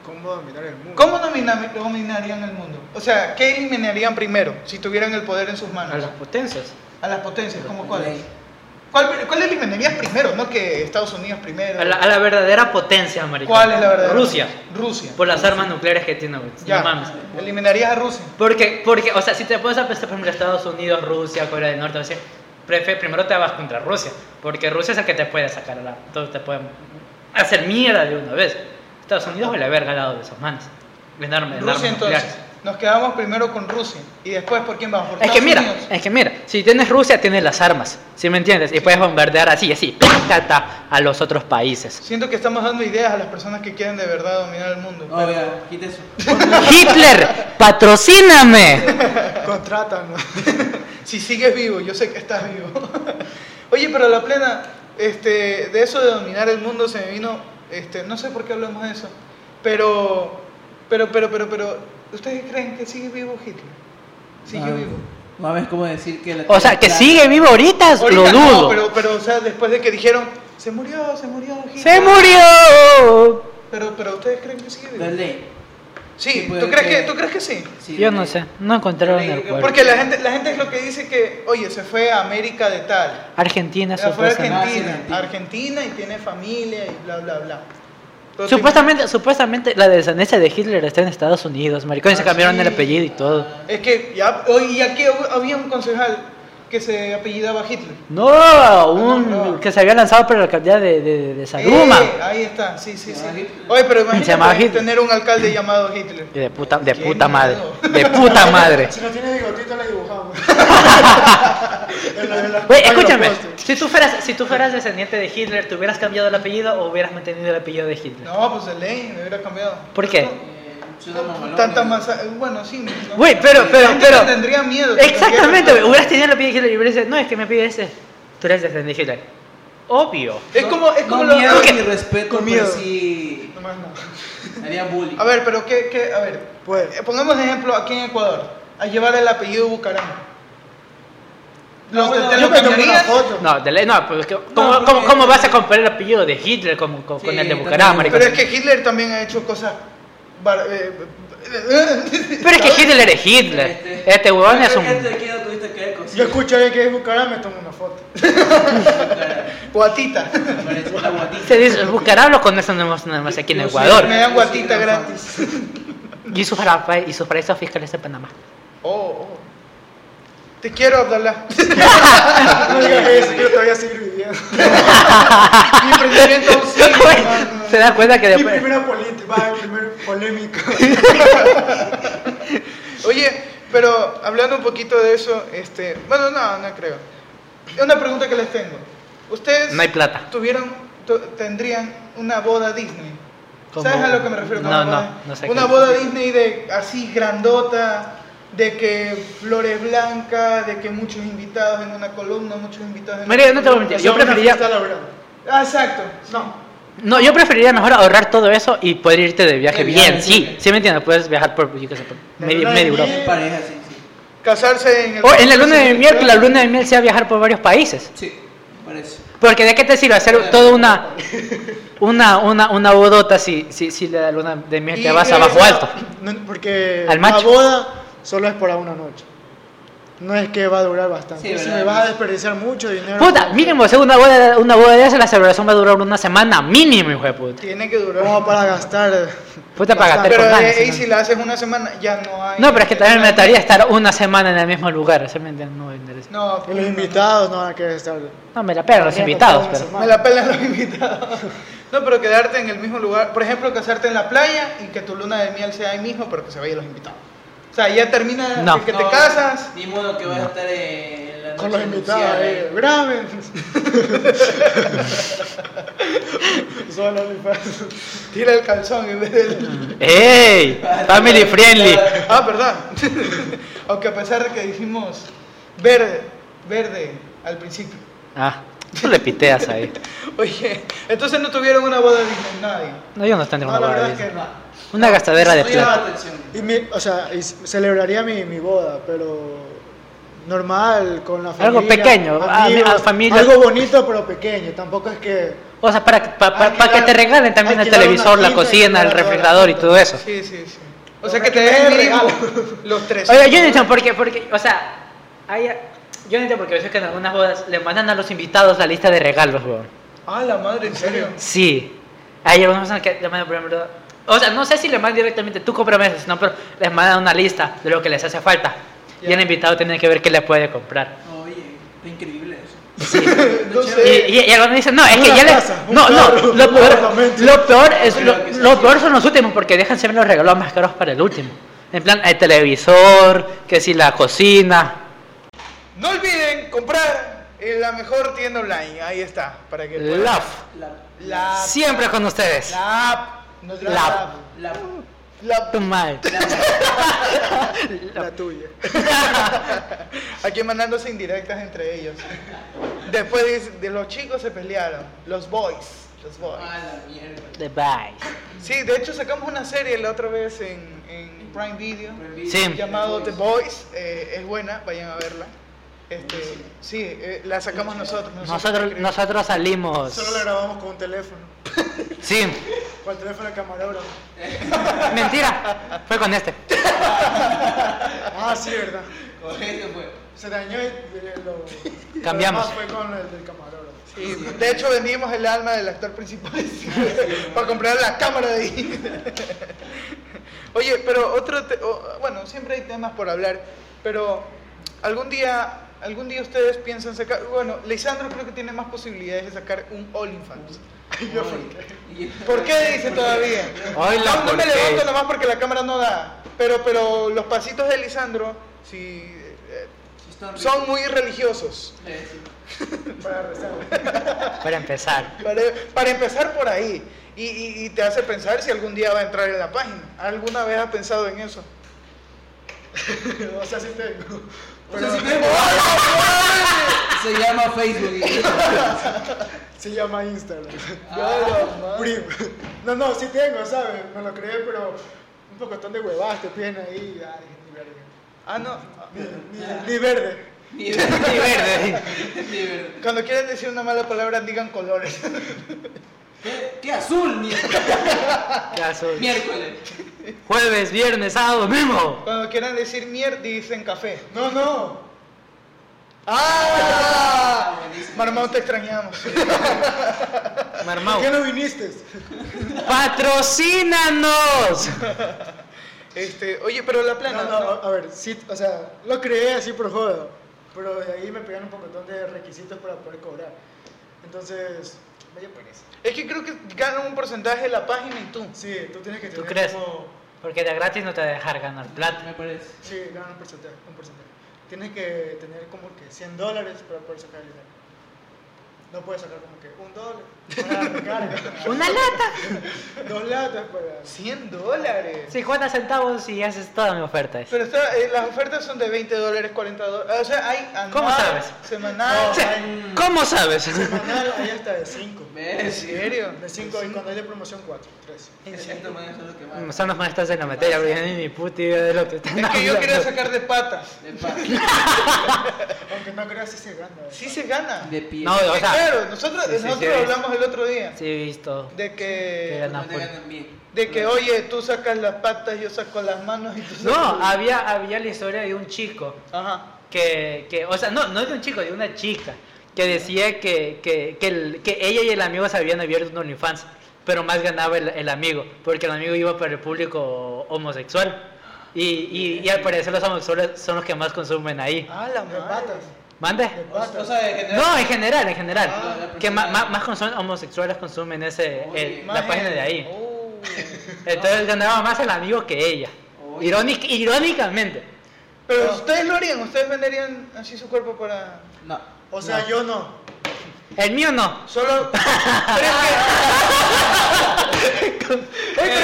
[SPEAKER 4] ¿Cómo dominar el mundo?
[SPEAKER 1] ¿Cómo domina- dominarían el mundo? O sea, ¿qué eliminarían primero si tuvieran el poder en sus manos?
[SPEAKER 2] potencias.
[SPEAKER 1] A las potencias, ¿cómo cuáles? ¿Cuál, ¿Cuál eliminarías primero? No que Estados Unidos primero.
[SPEAKER 2] verdadera potencia, marico.
[SPEAKER 1] ¿Cuál es la verdad? Rusia.
[SPEAKER 2] Por las armas nucleares que tiene, güey.
[SPEAKER 1] Ya. Eliminarías a Rusia.
[SPEAKER 2] Porque, porque, o sea, si te pones a pensar, por ejemplo, Estados Unidos, Rusia, Corea del Norte, o sea, prefe- primero te vas contra Rusia, porque Rusia es el que te puede sacar a la. Entonces te pueden hacer mierda de una vez. Estados Unidos huele a haber ganado de esas manos. Enorme, enorme
[SPEAKER 1] Rusia entonces.
[SPEAKER 2] nucleares.
[SPEAKER 1] Nos quedamos primero con Rusia. ¿Y después por quién vamos? ¿Por
[SPEAKER 2] Es que
[SPEAKER 1] Estados
[SPEAKER 2] mira,
[SPEAKER 1] Unidos?
[SPEAKER 2] es que mira, si tienes Rusia, tienes las armas, ¿sí me entiendes? Y puedes bombardear así, así, tata, a los otros países.
[SPEAKER 1] Siento que estamos dando ideas a las personas que quieren de verdad dominar el mundo.
[SPEAKER 3] No, ya, quita eso.
[SPEAKER 2] ¡Hitler, patrocíname!
[SPEAKER 4] Contrátanos.
[SPEAKER 1] Si sigues vivo, yo sé que estás vivo. Oye, pero la plena, este, de eso de dominar el mundo se me vino, este, no sé por qué hablamos de eso, pero, pero, pero, pero, pero, ¿ustedes creen que sigue vivo Hitler? Sigue
[SPEAKER 3] Ah,
[SPEAKER 1] vivo.
[SPEAKER 3] Mames, ¿cómo decir que la
[SPEAKER 2] O sea, que
[SPEAKER 3] Claro.
[SPEAKER 2] sigue vivo ahorita, lo
[SPEAKER 1] Ahorita no,
[SPEAKER 2] dudo.
[SPEAKER 1] pero, pero, o sea, después de que dijeron, se murió, se murió Hitler.
[SPEAKER 2] ¡Se murió!
[SPEAKER 1] Pero, pero, ¿ustedes creen que sigue vivo?
[SPEAKER 3] La ley. Sí,
[SPEAKER 1] Sí, ¿tú
[SPEAKER 3] puede
[SPEAKER 1] crees que,
[SPEAKER 3] que-
[SPEAKER 1] tú crees que sí?
[SPEAKER 3] Sí,
[SPEAKER 2] Yo
[SPEAKER 3] la
[SPEAKER 2] no
[SPEAKER 3] ley.
[SPEAKER 2] sé, no encontraron
[SPEAKER 3] Yo
[SPEAKER 2] el
[SPEAKER 3] le digo que-
[SPEAKER 2] cuerpo.
[SPEAKER 1] Porque la gente, la gente es lo que dice que, oye, se fue a América de tal,
[SPEAKER 2] Argentina
[SPEAKER 1] Ya fue
[SPEAKER 2] supuestamente.
[SPEAKER 1] Argentina,
[SPEAKER 3] Ah, sí,
[SPEAKER 1] Argentina. y tiene familia y bla, bla, bla. Pero
[SPEAKER 2] Supuestamente, supuestamente la descendencia de Hitler está en Estados Unidos, maricón, y se
[SPEAKER 1] Ah,
[SPEAKER 2] cambiaron el
[SPEAKER 1] sí.
[SPEAKER 2] apellido y todo.
[SPEAKER 1] te- Es que ya, hoy ya que hu- había un concejal que se apellidaba Hitler.
[SPEAKER 2] No, un
[SPEAKER 1] No, no.
[SPEAKER 2] que se había lanzado para la alcaldía de, de, de Saruma.
[SPEAKER 1] Eh, ahí está, sí, sí,
[SPEAKER 3] Se
[SPEAKER 1] sí.
[SPEAKER 3] llama Hitler.
[SPEAKER 1] Oye, pero
[SPEAKER 2] Se llama
[SPEAKER 1] imagínate
[SPEAKER 2] Hitler.
[SPEAKER 1] tener un alcalde llamado Hitler.
[SPEAKER 2] Y de puta, de
[SPEAKER 1] Qué
[SPEAKER 2] puta madre.
[SPEAKER 1] miedo.
[SPEAKER 2] De puta madre.
[SPEAKER 4] Si no tiene bigotito, le dibujamos. En la- en la-
[SPEAKER 2] Güey,
[SPEAKER 4] en los
[SPEAKER 2] escúchame,
[SPEAKER 4] postes.
[SPEAKER 2] si tú, fueras, si tú fueras descendiente de Hitler, ¿te hubieras cambiado el apellido o hubieras mantenido el apellido de Hitler?
[SPEAKER 1] No, pues el ley me hubiera cambiado.
[SPEAKER 2] ¿Por qué?
[SPEAKER 3] Eh, Chuta mamalón,
[SPEAKER 1] Tanta
[SPEAKER 3] ¿no?
[SPEAKER 1] masa. Bueno, sí. ¿no?
[SPEAKER 2] Güey, pero, pero,
[SPEAKER 1] La gente
[SPEAKER 2] pero.
[SPEAKER 1] Tendría miedo. tendría
[SPEAKER 2] Exactamente,
[SPEAKER 1] que-
[SPEAKER 2] güey, hubieras tenido el apellido de Hitler y hubieras dicho, no, es que me pide ese. Tú eres descendiente de Hitler. Obvio.
[SPEAKER 1] Es como, es
[SPEAKER 3] No
[SPEAKER 1] como
[SPEAKER 3] miedo
[SPEAKER 1] lo.
[SPEAKER 2] que-
[SPEAKER 3] ni respeto,
[SPEAKER 4] con
[SPEAKER 3] pero
[SPEAKER 4] miedo.
[SPEAKER 3] sí
[SPEAKER 1] No más, no.
[SPEAKER 3] haría bullying.
[SPEAKER 1] A ver, pero qué, qué, a ver.
[SPEAKER 4] Pues,
[SPEAKER 1] Eh, Pongamos de ejemplo aquí en Ecuador, a llevar el apellido Bucaram. Los,
[SPEAKER 3] Ah, bueno,
[SPEAKER 1] te, te
[SPEAKER 4] yo
[SPEAKER 1] lo
[SPEAKER 4] me tomé una
[SPEAKER 1] cambiarías?
[SPEAKER 4] foto.
[SPEAKER 2] No, de ley, no, pues, ¿cómo, cómo-
[SPEAKER 3] porque-
[SPEAKER 2] cómo- cómo vas a comparar el apellido de Hitler con, con, con
[SPEAKER 3] Sí,
[SPEAKER 2] el de
[SPEAKER 3] también,
[SPEAKER 2] Bucaramanga, marico?
[SPEAKER 1] Pero es que Hitler también ha hecho cosas. bar- eh, eh,
[SPEAKER 2] Pero es que Hitler es Hitler.
[SPEAKER 3] Este-
[SPEAKER 2] Este huevón es
[SPEAKER 3] Creo
[SPEAKER 2] un...
[SPEAKER 3] que antes de que ya tuviste que ver con-
[SPEAKER 4] Yo escucho de que es Bucaram, me tomo una foto.
[SPEAKER 3] Parece
[SPEAKER 1] Guatita.
[SPEAKER 3] una guatita.
[SPEAKER 2] Se dice, Bucaram lo conocen nada más aquí en
[SPEAKER 3] Yo sé,
[SPEAKER 2] Ecuador.
[SPEAKER 1] Me dan guatita
[SPEAKER 3] Sí,
[SPEAKER 1] gratis.
[SPEAKER 2] Y sus, paraísos- y sus paraísos fiscales de Panamá.
[SPEAKER 1] Oh, oh. Te quiero, Abdalá. Ah,
[SPEAKER 4] No digas eso, yo todavía seguir viviendo.
[SPEAKER 1] Mi emprendimiento aún sigue,
[SPEAKER 2] ¿Cómo es?
[SPEAKER 1] hermano.
[SPEAKER 2] Se dan cuenta que
[SPEAKER 4] Mi
[SPEAKER 2] después.
[SPEAKER 4] primera política, va, mi primera polémica.
[SPEAKER 1] Oye, pero hablando un poquito de eso, este, bueno, no, no creo. Una pregunta que les tengo. Ustedes
[SPEAKER 2] No hay plata.
[SPEAKER 1] tuvieron, tu- tendrían una boda Disney.
[SPEAKER 2] ¿Cómo?
[SPEAKER 1] ¿Sabes a lo que me refiero? con
[SPEAKER 2] No,
[SPEAKER 1] una boda?
[SPEAKER 2] no, no sé
[SPEAKER 1] Una
[SPEAKER 2] qué-
[SPEAKER 1] boda Disney de así grandota, de que flores blancas, de que muchos invitados en una columna, muchos invitados en
[SPEAKER 2] María,
[SPEAKER 1] otra
[SPEAKER 2] no te voy a
[SPEAKER 1] columna.
[SPEAKER 2] mentir. Yo preferiría.
[SPEAKER 1] Ah, exacto. No.
[SPEAKER 2] No, yo preferiría mejor ahorrar todo eso y poder irte de viaje
[SPEAKER 3] De
[SPEAKER 2] bien,
[SPEAKER 3] viaje,
[SPEAKER 2] sí, sí me entiendes, puedes viajar por, yo qué sé, por medio,
[SPEAKER 4] luna de
[SPEAKER 2] medio
[SPEAKER 4] miel.
[SPEAKER 2] Europa.
[SPEAKER 3] En pareja, sí, sí.
[SPEAKER 1] Casarse en el...
[SPEAKER 2] O Oh, en la luna de miel, que la luna de miel sea viajar por varios países.
[SPEAKER 3] Sí, parece.
[SPEAKER 2] Porque de qué te sirve hacer toda una una una una bodota si si si la luna de miel te
[SPEAKER 1] Y-
[SPEAKER 2] vas
[SPEAKER 1] y-
[SPEAKER 2] abajo
[SPEAKER 1] no.
[SPEAKER 2] alto.
[SPEAKER 4] No, porque
[SPEAKER 2] Al
[SPEAKER 4] la
[SPEAKER 2] macho.
[SPEAKER 4] boda solo es para una noche. No es que va a durar bastante.
[SPEAKER 3] Sí,
[SPEAKER 4] se
[SPEAKER 3] verdad,
[SPEAKER 4] me va a
[SPEAKER 3] sí.
[SPEAKER 4] desperdiciar mucho dinero.
[SPEAKER 2] Puta, mínimo, hacer una boda una boda de esas la celebración va a durar una semana mínimo, hijo de puta.
[SPEAKER 1] Tiene que durar.
[SPEAKER 4] Como para gastar.
[SPEAKER 2] Puta para gastar
[SPEAKER 1] Pero
[SPEAKER 2] con
[SPEAKER 1] de
[SPEAKER 2] ganas.
[SPEAKER 1] ahí
[SPEAKER 2] ¿no?
[SPEAKER 1] si la haces una semana, ya no hay...
[SPEAKER 2] No, pero es que también me
[SPEAKER 1] no hay-
[SPEAKER 2] mataría estar una semana en el mismo lugar, ¿sí me entiendes? No, me interesa.
[SPEAKER 1] No,
[SPEAKER 4] Y los invitados no van a querer estar.
[SPEAKER 2] No, me la pegan los
[SPEAKER 4] Habría
[SPEAKER 2] invitados,
[SPEAKER 4] costado una
[SPEAKER 2] pero.
[SPEAKER 1] Me la pelan los invitados. No, pero quedarte en el mismo lugar. Por ejemplo, casarte en la playa y que tu luna de miel sea ahí mismo, pero que se vayan los invitados. O sea, ya termina
[SPEAKER 2] No.
[SPEAKER 1] de que te
[SPEAKER 3] No,
[SPEAKER 1] casas.
[SPEAKER 3] Ni modo que vas a estar en la noche
[SPEAKER 4] Con los invitados,
[SPEAKER 3] nupcial,
[SPEAKER 4] eh,
[SPEAKER 3] eh.
[SPEAKER 4] graben. Solo mi
[SPEAKER 1] Tira el calzón en vez
[SPEAKER 2] Mm.
[SPEAKER 1] del.
[SPEAKER 2] ¡Ey!
[SPEAKER 3] eh.
[SPEAKER 2] Family friendly.
[SPEAKER 1] Ah, perdón. Aunque a pesar de que dijimos verde, verde al principio.
[SPEAKER 2] Ah, tú le piteas ahí.
[SPEAKER 1] Oye, entonces no tuvieron una boda Disney, nadie.
[SPEAKER 2] No, yo no tendría
[SPEAKER 1] No,
[SPEAKER 2] una
[SPEAKER 1] la
[SPEAKER 2] boda.
[SPEAKER 1] verdad es que
[SPEAKER 2] Disney.
[SPEAKER 1] no.
[SPEAKER 2] Una gastadera de
[SPEAKER 3] No llama
[SPEAKER 2] plata.
[SPEAKER 3] la atención.
[SPEAKER 4] Y mi- o sea, y c- celebraría mi, mi boda, pero normal, con la familia.
[SPEAKER 2] Algo pequeño, a-
[SPEAKER 4] amigos,
[SPEAKER 2] a familia.
[SPEAKER 4] Algo bonito, pero pequeño. Tampoco es que.
[SPEAKER 2] O sea, para, pa- pa-
[SPEAKER 4] Alquilar-
[SPEAKER 2] para que te regalen también el
[SPEAKER 4] alquilar una
[SPEAKER 2] televisor, la
[SPEAKER 4] quinta y
[SPEAKER 2] cocina, el
[SPEAKER 4] alquilar toda la
[SPEAKER 2] refrigerador y
[SPEAKER 4] quinta.
[SPEAKER 2] todo eso.
[SPEAKER 1] Sí, sí, sí. O
[SPEAKER 4] Lo
[SPEAKER 1] sea, que te
[SPEAKER 4] que
[SPEAKER 1] den
[SPEAKER 4] me
[SPEAKER 1] mínimo
[SPEAKER 4] regalo.
[SPEAKER 1] los tres.
[SPEAKER 2] Oye, yo no entiendo por qué, porque, o sea, hay, yo no entiendo porque veces que en algunas bodas le mandan a los invitados la lista de regalos, weón.
[SPEAKER 1] Ah, la madre, en serio.
[SPEAKER 2] Sí. Hay algunas personas que le mandan, por ejemplo, o sea, no sé si le mandan directamente tú compromisos, no, pero les mandan una lista de lo que les hace falta. Y el
[SPEAKER 1] Ya.
[SPEAKER 2] invitado tiene que ver qué le puede comprar.
[SPEAKER 3] Oye, está increíble eso.
[SPEAKER 1] No
[SPEAKER 2] Y,
[SPEAKER 1] sé.
[SPEAKER 2] y, y algunos dicen, no, es que
[SPEAKER 4] Una
[SPEAKER 2] ya le...
[SPEAKER 4] casa, un
[SPEAKER 2] No, no,
[SPEAKER 4] carro,
[SPEAKER 2] lo
[SPEAKER 4] un
[SPEAKER 2] peor,
[SPEAKER 4] apartamento.
[SPEAKER 2] lo peor, es, lo,
[SPEAKER 3] Creo que sí.
[SPEAKER 2] lo peor son los últimos porque dejan siempre los regalos más caros para el último. En plan, el televisor, que si la cocina.
[SPEAKER 1] No olviden comprar en la mejor tienda online. Ahí está. Para que puedan-
[SPEAKER 2] Love.
[SPEAKER 3] La,
[SPEAKER 1] La app.
[SPEAKER 2] Siempre con ustedes.
[SPEAKER 1] La app. No es la,
[SPEAKER 2] La
[SPEAKER 1] app.
[SPEAKER 3] la,
[SPEAKER 1] La-
[SPEAKER 2] Tu madre.
[SPEAKER 4] La tuya.
[SPEAKER 1] Aquí mandándose indirectas entre ellos. Después dice, de, los chicos se pelearon. Los boys. Los boys.
[SPEAKER 3] a la mierda.
[SPEAKER 2] Goodbye.
[SPEAKER 1] Sí, de hecho sacamos una serie la otra vez en, en Prime Video.
[SPEAKER 2] Sí.
[SPEAKER 1] Llamado The Boys. Eh, es buena, vayan a verla. Este, sí, eh, la sacamos nosotros.
[SPEAKER 2] Nosotros,
[SPEAKER 1] creo.
[SPEAKER 2] nosotros salimos.
[SPEAKER 4] Solo la grabamos con un teléfono.
[SPEAKER 2] Sí.
[SPEAKER 4] Con el teléfono de camarógrafo.
[SPEAKER 2] Mentira. Fue con este.
[SPEAKER 4] Ah, sí, verdad.
[SPEAKER 3] Con eso fue.
[SPEAKER 4] Se dañó y eh, lo.
[SPEAKER 2] Cambiamos.
[SPEAKER 4] lo demás fue con el del camarógrafo.
[SPEAKER 1] Sí, de hecho vendimos el alma del actor principal para comprar la cámara de ahí. Oye, pero otro, te- o- bueno, siempre hay temas por hablar, pero algún día, algún día ustedes piensan sacar, bueno, Lisandro creo que tiene más posibilidades de sacar un OnlyFans.
[SPEAKER 3] Yo Y-
[SPEAKER 1] ¿Por qué dice todavía?
[SPEAKER 2] Ay, la
[SPEAKER 1] Aún no me
[SPEAKER 2] ¿por qué?
[SPEAKER 1] levanto nomás porque la cámara no da, pero, pero los pasitos de Lisandro, sí, eh,
[SPEAKER 3] Sí, están
[SPEAKER 1] son
[SPEAKER 3] ricos.
[SPEAKER 1] muy religiosos.
[SPEAKER 3] Eh, sí.
[SPEAKER 4] Para rezar.
[SPEAKER 2] Para empezar.
[SPEAKER 1] Para, para empezar por ahí. Y, y- y te hace pensar si algún día va a entrar en la página. ¿Alguna vez has pensado en eso?
[SPEAKER 4] o sea, sí tengo.
[SPEAKER 3] O sea, si tengo- Se llama Facebook.
[SPEAKER 4] Se llama Instagram.
[SPEAKER 1] Ah,
[SPEAKER 4] Prim. No, no, sí tengo, ¿sabes? Me lo creé, pero un poco de huevadas te piden ahí. Ay, ni verde.
[SPEAKER 1] Ah, no.
[SPEAKER 4] Ni, ni- ni verde.
[SPEAKER 3] Ni verde.
[SPEAKER 2] Ni verde.
[SPEAKER 3] Ni verde.
[SPEAKER 1] Cuando quieran decir una mala palabra, digan colores.
[SPEAKER 3] ¿Qué, qué azul? Ni-
[SPEAKER 2] Ya soy.
[SPEAKER 3] Miércoles.
[SPEAKER 2] Jueves, viernes, sábado, domingo.
[SPEAKER 1] Cuando quieran decir mierda, dicen café.
[SPEAKER 4] No, no.
[SPEAKER 1] ¡Ah!
[SPEAKER 3] buenísimo.
[SPEAKER 1] Marmón, te extrañamos.
[SPEAKER 4] ¿Por
[SPEAKER 2] Marmao.
[SPEAKER 4] qué no viniste?
[SPEAKER 2] ¡Patrocínanos!
[SPEAKER 1] Este, oye, pero la
[SPEAKER 4] No,
[SPEAKER 1] plana.
[SPEAKER 4] no,
[SPEAKER 1] ¿no?
[SPEAKER 4] a ver, sí, o sea, lo creé así por joda. Pero de ahí me pegan un pocotón de requisitos para poder cobrar. Entonces, me dio pereza.
[SPEAKER 1] Es que creo que ganan un porcentaje la página y tú.
[SPEAKER 4] Sí, tú tienes que
[SPEAKER 2] ¿Tú
[SPEAKER 4] tener
[SPEAKER 2] crees?
[SPEAKER 4] como...
[SPEAKER 2] Porque de gratis no te va a dejar ganar plata.
[SPEAKER 3] Me parece.
[SPEAKER 4] Sí, ganan un porcentaje, un porcentaje. Tienes que tener como que 100 dólares para poder sacar el dinero. No puedes sacar como que un dólar para la recarga,
[SPEAKER 2] ¡Una lata!
[SPEAKER 4] dos latas para...
[SPEAKER 1] 100 dólares.
[SPEAKER 2] 50 centavos y haces toda mi oferta.
[SPEAKER 1] Pero está, eh, las ofertas son de 20 dólares, 40 dólares. O sea, hay anual,
[SPEAKER 2] ¿Cómo sabes?
[SPEAKER 1] Semanal.
[SPEAKER 4] No,
[SPEAKER 2] O sea,
[SPEAKER 4] hay-
[SPEAKER 2] ¿Cómo sabes?
[SPEAKER 4] Semanal hay hasta de 5.
[SPEAKER 1] ¿En
[SPEAKER 3] ¿Ves?
[SPEAKER 1] serio?
[SPEAKER 4] De 5 y cuando hay de promoción 4, 3.
[SPEAKER 3] Estos manes son los que más.
[SPEAKER 2] Son los maestros en la materia, porque ni mi puta idea de lo que están
[SPEAKER 1] Es que yo quería
[SPEAKER 2] hablando.
[SPEAKER 1] sacar de patas.
[SPEAKER 3] De paz.
[SPEAKER 4] Aunque no creas si se gana.
[SPEAKER 1] Sí se gana.
[SPEAKER 3] De pie.
[SPEAKER 2] No, o
[SPEAKER 1] Eh,
[SPEAKER 2] sea,
[SPEAKER 1] claro, nosotros,
[SPEAKER 2] sí, sí,
[SPEAKER 1] nosotros
[SPEAKER 2] sí, es.
[SPEAKER 1] hablamos el otro día
[SPEAKER 2] sí he visto.
[SPEAKER 1] de
[SPEAKER 2] Que
[SPEAKER 1] que,
[SPEAKER 2] gana.
[SPEAKER 3] No te ganan bien.
[SPEAKER 1] de que oye, tú sacas las patas, yo saco las manos y tú
[SPEAKER 2] No,
[SPEAKER 1] sacas-
[SPEAKER 2] había, había la historia de un chico
[SPEAKER 1] Ajá.
[SPEAKER 2] que, que- o sea, no, no de un chico, de una chica que decía que, que, que, el- que ella y el amigo se habían abierto un OnlyFans, pero más ganaba el, el amigo, porque el amigo iba para el público homosexual. Y, y, y al parecer los homosexuales son los que más consumen ahí.
[SPEAKER 1] Ah, la
[SPEAKER 4] De
[SPEAKER 1] madre.
[SPEAKER 4] patas.
[SPEAKER 2] ¿Mande?
[SPEAKER 4] De
[SPEAKER 3] O, o
[SPEAKER 4] patas.
[SPEAKER 3] sea, de general.
[SPEAKER 2] No, en general, en general.
[SPEAKER 3] Ah,
[SPEAKER 2] que
[SPEAKER 3] la
[SPEAKER 2] ma-
[SPEAKER 3] persona-
[SPEAKER 2] ma- más consumen- homosexuales consumen ese,
[SPEAKER 3] Oye,
[SPEAKER 2] el- la página de ahí.
[SPEAKER 1] Oh.
[SPEAKER 2] Entonces ganaba más el amigo que ella.
[SPEAKER 3] Oye.
[SPEAKER 2] Irónic- irónicamente.
[SPEAKER 1] Pero
[SPEAKER 4] No.
[SPEAKER 1] ustedes lo harían, ustedes venderían así su cuerpo para.
[SPEAKER 3] No.
[SPEAKER 4] O sea, yo no.
[SPEAKER 2] El mío no.
[SPEAKER 1] Solo. pero es que-
[SPEAKER 2] pero,
[SPEAKER 1] Pero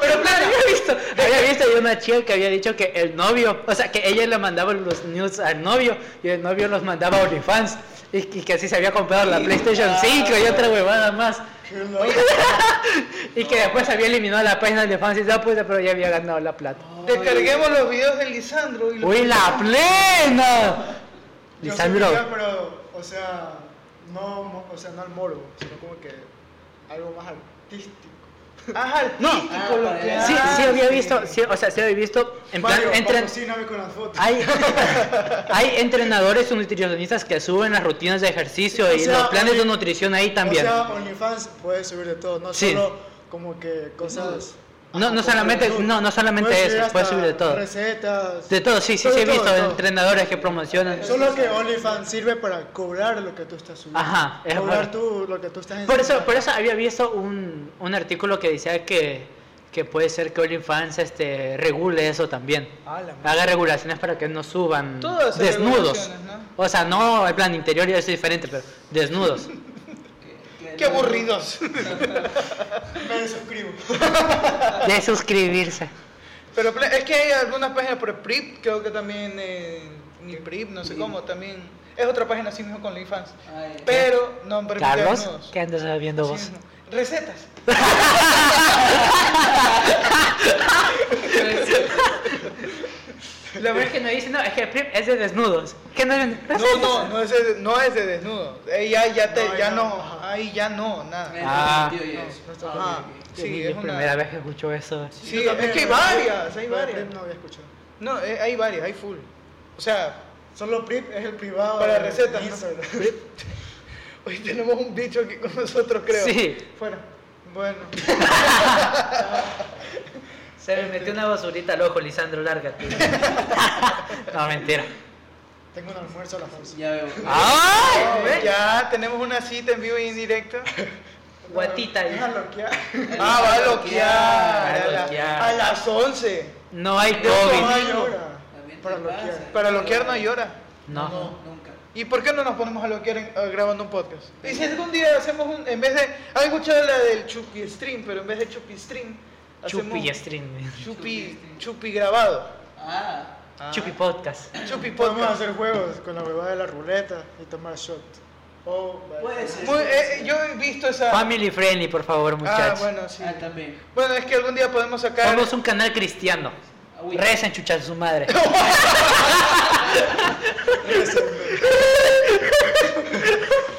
[SPEAKER 2] claro,
[SPEAKER 1] claro.
[SPEAKER 2] había visto, había visto de una chica que había dicho que el novio, o sea, que ella le mandaba los news al novio y el novio los mandaba a OnlyFans y, y que así se había comprado la PlayStation 5 y otra huevada más.
[SPEAKER 4] Qué loco.
[SPEAKER 2] Y que después había eliminado la página de OnlyFans y todo, puta, pero ya había ganado la plata.
[SPEAKER 1] Descarguemos los videos de Lisandro y los-
[SPEAKER 2] ¡Uy, la plena!
[SPEAKER 4] Yo
[SPEAKER 2] Lisandro.
[SPEAKER 4] subiría, pero, o sea, no, mo- o sea, no al morbo, sino como que algo más artístico.
[SPEAKER 1] Ah, artístico
[SPEAKER 3] No.
[SPEAKER 1] lo que
[SPEAKER 2] Sí, sí
[SPEAKER 1] hace.
[SPEAKER 2] había visto, sí, o sea, sí había visto en plan,
[SPEAKER 4] Mario,
[SPEAKER 2] entran-
[SPEAKER 4] patrocíname con las fotos.
[SPEAKER 2] Hay, hay entrenadores o nutricionistas que suben las rutinas de ejercicio
[SPEAKER 4] O
[SPEAKER 2] y
[SPEAKER 4] sea,
[SPEAKER 2] los planes de
[SPEAKER 4] Only-
[SPEAKER 2] nutrición ahí también.
[SPEAKER 4] O sea, OnlyFans puede subir de todo, no
[SPEAKER 2] Sí.
[SPEAKER 4] solo como que cosas...
[SPEAKER 2] No, no solamente- no, no solamente eso, puede
[SPEAKER 4] hasta
[SPEAKER 2] subir de todo.
[SPEAKER 4] Recetas.
[SPEAKER 2] de todo, sí, sí,
[SPEAKER 4] Pero
[SPEAKER 2] sí, he
[SPEAKER 4] todo,
[SPEAKER 2] visto
[SPEAKER 4] todo.
[SPEAKER 2] entrenadores que promocionan.
[SPEAKER 4] Solo que OnlyFans sirve para cobrar lo que tú estás subiendo.
[SPEAKER 2] Ajá, es
[SPEAKER 4] Cobrar
[SPEAKER 2] verdad.
[SPEAKER 4] tú lo que tú estás
[SPEAKER 2] Por eso,
[SPEAKER 4] enseñando.
[SPEAKER 2] por eso había visto un, un artículo que decía que, que puede ser que OnlyFans este, regule eso también.
[SPEAKER 1] Ah, la madre.
[SPEAKER 2] Haga regulaciones para que no suban
[SPEAKER 1] Todo hace
[SPEAKER 2] desnudos.
[SPEAKER 1] regulaciones,
[SPEAKER 2] O sea, no el plan interior es diferente, pero desnudos.
[SPEAKER 3] Que-
[SPEAKER 1] Qué aburridos.
[SPEAKER 4] Me suscribo.
[SPEAKER 2] De suscribirse.
[SPEAKER 1] Pero pla- es que hay algunas páginas por Prip, creo que también eh, ni Prip, no sé cómo, también es otra página así mismo con OnlyFans.
[SPEAKER 3] Ay.
[SPEAKER 1] Pero no permite
[SPEAKER 2] Carlos,
[SPEAKER 1] desnudos.
[SPEAKER 2] ¿qué andas viendo
[SPEAKER 1] Sí
[SPEAKER 2] vos?
[SPEAKER 1] mismo. Recetas.
[SPEAKER 2] Lo peor es que no dice, no, es que Prip es de desnudos. ¿Qué no es
[SPEAKER 1] No, no, no es de, no es de desnudo. Eh, ya, ya te,
[SPEAKER 4] No,
[SPEAKER 1] ya
[SPEAKER 4] ya
[SPEAKER 1] no,
[SPEAKER 4] no, ajá.
[SPEAKER 1] ahí ya no, nada.
[SPEAKER 2] Ah.
[SPEAKER 3] Tío, y
[SPEAKER 1] No,
[SPEAKER 3] eso.
[SPEAKER 4] no está
[SPEAKER 3] Ah,
[SPEAKER 1] Ajá.
[SPEAKER 3] ok, ok.
[SPEAKER 1] Sí,
[SPEAKER 2] es
[SPEAKER 1] es
[SPEAKER 2] la
[SPEAKER 1] una-
[SPEAKER 2] primera vez que escucho eso.
[SPEAKER 1] Sí, es que hay varias, hay varias.
[SPEAKER 4] No había escuchado.
[SPEAKER 1] No, eh, hay varias, hay full. O sea,
[SPEAKER 4] Solo PRIP es el privado.
[SPEAKER 1] Para
[SPEAKER 4] de
[SPEAKER 1] recetas, ¿no?
[SPEAKER 4] Instagram.
[SPEAKER 1] hoy tenemos un bicho aquí con nosotros, creo.
[SPEAKER 2] Sí,
[SPEAKER 1] Fuera. Bueno.
[SPEAKER 2] se me metió una basurita al ojo, Lisandro, lárgate. no, mentira.
[SPEAKER 4] Tengo un almuerzo a las 11.
[SPEAKER 3] Ya veo.
[SPEAKER 1] Ah.
[SPEAKER 2] ¡Ay! ¿ves?
[SPEAKER 1] Ya tenemos una cita en vivo y en directo.
[SPEAKER 2] Guatita.
[SPEAKER 4] Deja loquear.
[SPEAKER 1] Ah, va a bloquear.
[SPEAKER 2] Va a
[SPEAKER 1] A, la-
[SPEAKER 2] bloquear.
[SPEAKER 1] a las 11.
[SPEAKER 2] No hay
[SPEAKER 4] No
[SPEAKER 2] COVID.
[SPEAKER 4] hay hora
[SPEAKER 3] También te
[SPEAKER 4] para
[SPEAKER 3] pasa.
[SPEAKER 4] bloquear.
[SPEAKER 1] Para bloquear no hay hora.
[SPEAKER 2] No.
[SPEAKER 3] No, nunca.
[SPEAKER 1] ¿Y por qué no nos ponemos a bloquear en- eh, grabando un podcast? Y si algún día hacemos un. En vez de. Hay escuchado la del Chupi Stream, pero en vez de Chupi Stream.
[SPEAKER 2] Chupi
[SPEAKER 1] hacemos
[SPEAKER 2] y stream.
[SPEAKER 1] Chupi, chupi grabado.
[SPEAKER 3] Ah.
[SPEAKER 2] Chupi podcast.
[SPEAKER 1] Chupi
[SPEAKER 4] Podemos
[SPEAKER 1] podcast.
[SPEAKER 4] hacer juegos con la huevada de la ruleta y tomar shot. O
[SPEAKER 3] Puede ser.
[SPEAKER 1] Muy- eh, eh, yo he visto esa.
[SPEAKER 2] Family friendly, por favor,
[SPEAKER 1] ah,
[SPEAKER 2] muchachos.
[SPEAKER 1] bueno, sí.
[SPEAKER 3] Ah, también.
[SPEAKER 1] Bueno, es que algún día podemos sacar.
[SPEAKER 2] Somos un canal cristiano.
[SPEAKER 3] Ah, uy.
[SPEAKER 2] Recen, chuchar su madre.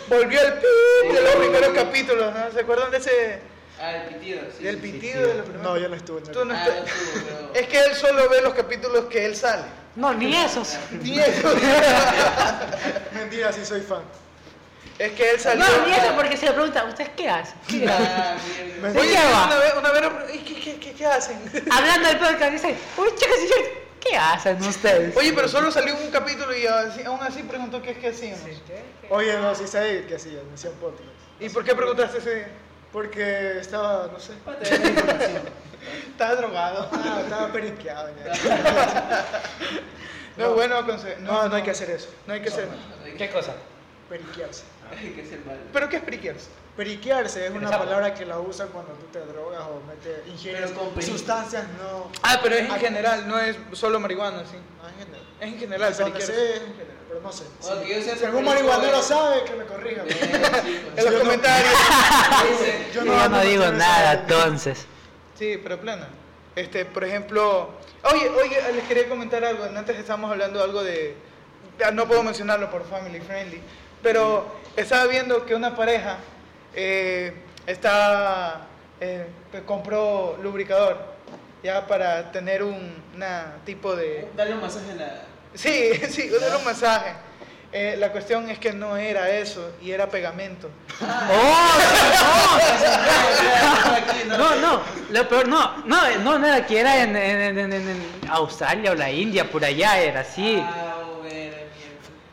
[SPEAKER 1] Volvió el pi de los primeros capítulos, ¿no? ¿Se acuerdan de ese.
[SPEAKER 3] Ah, el pitido. Sí,
[SPEAKER 1] del
[SPEAKER 3] sí, sí.
[SPEAKER 1] pitido de los primeros?
[SPEAKER 4] No, yo no estuve en el-
[SPEAKER 1] Tú no
[SPEAKER 3] Ah,
[SPEAKER 1] estás-
[SPEAKER 3] no estuvo, pero-
[SPEAKER 1] Es que él solo ve los capítulos que él sale.
[SPEAKER 2] No, ni esos.
[SPEAKER 1] Ni eso.
[SPEAKER 4] Mentira, sí soy fan.
[SPEAKER 1] es que él salió.
[SPEAKER 2] No, ni eso, porque se le pregunta, ¿ustedes qué hacen? ¿Qué hacen?
[SPEAKER 3] Ah, mierda.
[SPEAKER 2] ¿De
[SPEAKER 1] Oye,
[SPEAKER 2] qué va?
[SPEAKER 1] una vez, una vez, ¿y ¿qué, qué, qué, qué hacen?
[SPEAKER 2] Hablando del podcast, dice, uy, chicas, ¿sí es cierto? ¿Qué hacen ustedes?
[SPEAKER 1] Oye, pero solo salió un capítulo y así- aún así preguntó qué es que hacíamos.
[SPEAKER 4] Oye, no, sí sabía que hacían, hacían podcast.
[SPEAKER 1] ¿Y por qué preguntaste ese?
[SPEAKER 4] Porque estaba, no sé,
[SPEAKER 3] Para tener información.
[SPEAKER 1] Estás drogado.
[SPEAKER 4] ah, estaba periqueado. ya.
[SPEAKER 1] No,
[SPEAKER 4] No.
[SPEAKER 1] bueno, aconse-
[SPEAKER 4] No, no hay que hacer eso. No hay que hacer
[SPEAKER 2] ¿Qué cosa?
[SPEAKER 4] periquearse.
[SPEAKER 3] Hay que hacer mal.
[SPEAKER 1] ¿Pero qué es prickers?
[SPEAKER 4] Periquearse es una
[SPEAKER 2] Empezamos.
[SPEAKER 4] palabra que la usan cuando tú te drogas o metes, ingieres
[SPEAKER 3] Pero con peri-
[SPEAKER 4] sustancias no.
[SPEAKER 1] Ah, pero es en general, no es solo marihuana, sí.
[SPEAKER 4] no, en general.
[SPEAKER 1] Es en general,
[SPEAKER 4] Hasta donde
[SPEAKER 1] periquearse.
[SPEAKER 4] sé, es en general, pero no sé.
[SPEAKER 3] Bueno, que yo sea
[SPEAKER 4] Si algún
[SPEAKER 3] perico,
[SPEAKER 4] marihuanero
[SPEAKER 3] eh.
[SPEAKER 4] sabe, que me corrija.
[SPEAKER 3] Eh,
[SPEAKER 4] pero-
[SPEAKER 3] sí,
[SPEAKER 1] En
[SPEAKER 3] pues.
[SPEAKER 1] los
[SPEAKER 4] Yo no-
[SPEAKER 1] comentarios.
[SPEAKER 3] Dice,
[SPEAKER 2] Yo
[SPEAKER 4] Yo
[SPEAKER 2] no,
[SPEAKER 4] no- no
[SPEAKER 2] digo
[SPEAKER 4] quiero
[SPEAKER 2] nada
[SPEAKER 4] saber.
[SPEAKER 2] entonces.
[SPEAKER 1] Sí, pero plana. Este, por ejemplo, oye, oye, les quería comentar algo. Antes estábamos hablando algo de, ah, no puedo mencionarlo por family friendly, pero estaba viendo que una pareja eh, está eh, que compró lubricador ya para tener un una tipo de
[SPEAKER 3] eh, Dale un masaje a la.
[SPEAKER 1] sí, sí, hacer un masaje. Eh, la cuestión es que no era eso y era pegamento.
[SPEAKER 3] Ah, Aquí,
[SPEAKER 2] ¡Oh! No, no, lo peor, no, no, no, no era que era en, en- en- en- en Australia o la India, por allá era así.
[SPEAKER 3] Ah, bueno, mierda.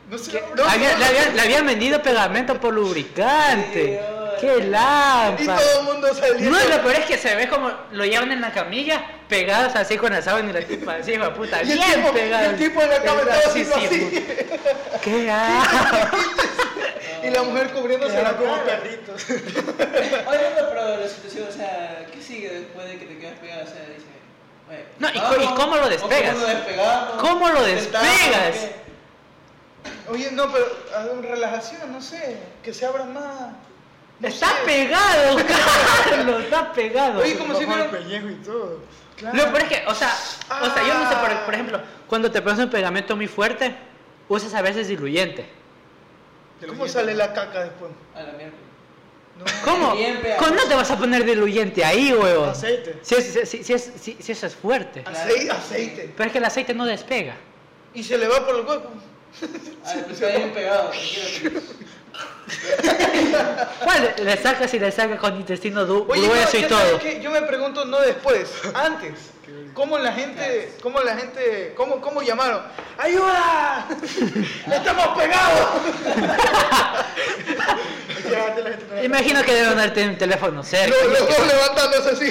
[SPEAKER 1] No sé. no,
[SPEAKER 2] Había-
[SPEAKER 1] no,
[SPEAKER 2] le, habían, le habían vendido pegamento por lubricante. ¡Qué
[SPEAKER 1] y
[SPEAKER 2] lámpara!
[SPEAKER 1] todo el mundo salía.
[SPEAKER 2] No, lo peor es que se ve como lo llevan en la camilla, pegados así con la sábana y la tipa así, hijo de puta,
[SPEAKER 1] Y el
[SPEAKER 2] bien
[SPEAKER 1] tipo-
[SPEAKER 2] pegados.
[SPEAKER 1] y el tipo en la cama estaba haciendo
[SPEAKER 2] Pegadísimo. ¡Qué asco!
[SPEAKER 1] Y la mujer cubriéndose la
[SPEAKER 4] Quedaron como
[SPEAKER 1] cara.
[SPEAKER 4] perritos.
[SPEAKER 3] Oye, no, pero la situación, o sea, ¿qué sigue después de que te quedas pegado? O sea, dice. oye,
[SPEAKER 2] No, ¿y co-
[SPEAKER 3] vamos,
[SPEAKER 2] y cómo lo
[SPEAKER 3] o
[SPEAKER 2] despegas?
[SPEAKER 3] ¿Cómo lo despegamos?
[SPEAKER 2] ¿Cómo lo
[SPEAKER 3] Intentamos,
[SPEAKER 2] despegas?
[SPEAKER 3] ¿qué?
[SPEAKER 1] Oye, no, pero ah, relajación, no sé, que se abran más. No
[SPEAKER 2] Está
[SPEAKER 1] sé.
[SPEAKER 2] pegado, Carlos, está pegado.
[SPEAKER 1] Oye, como si
[SPEAKER 4] Como el
[SPEAKER 1] vieron.
[SPEAKER 4] pellejo y todo. Claro.
[SPEAKER 2] Lo peor es que, o sea, o sea, yo no sé, por,
[SPEAKER 1] Ah.
[SPEAKER 2] por ejemplo, cuando te pones un pegamento muy fuerte, usas a veces diluyente.
[SPEAKER 1] ¿Cómo sale la caca después?
[SPEAKER 3] A la mierda.
[SPEAKER 2] ¿Cómo?
[SPEAKER 3] Bien pegado.
[SPEAKER 2] ¿Cómo no te vas a poner diluyente ahí, huevo?
[SPEAKER 4] Aceite.
[SPEAKER 2] Si, es- si- si- si es- si- si eso es fuerte.
[SPEAKER 3] Claro.
[SPEAKER 1] Aceite, aceite.
[SPEAKER 2] Pero es que el aceite no despega.
[SPEAKER 1] Y se le va por el cuerpo.
[SPEAKER 3] Ah, pues está bien pegado, tranquilo.
[SPEAKER 2] ¿Cuál? Le sacas y le sacas con intestino du-
[SPEAKER 1] Oye, no,
[SPEAKER 2] grueso
[SPEAKER 1] ya
[SPEAKER 2] y
[SPEAKER 1] sabes
[SPEAKER 2] todo.
[SPEAKER 1] que Yo me pregunto no después, antes. ¿Cómo la gente, cómo la gente, cómo, cómo llamaron? ¡Ayuda! ¡Estamos pegados!
[SPEAKER 4] Imagínate la gente con la-
[SPEAKER 2] Imagino que deben darte un teléfono cerca.
[SPEAKER 1] Los, los dos levantándose así.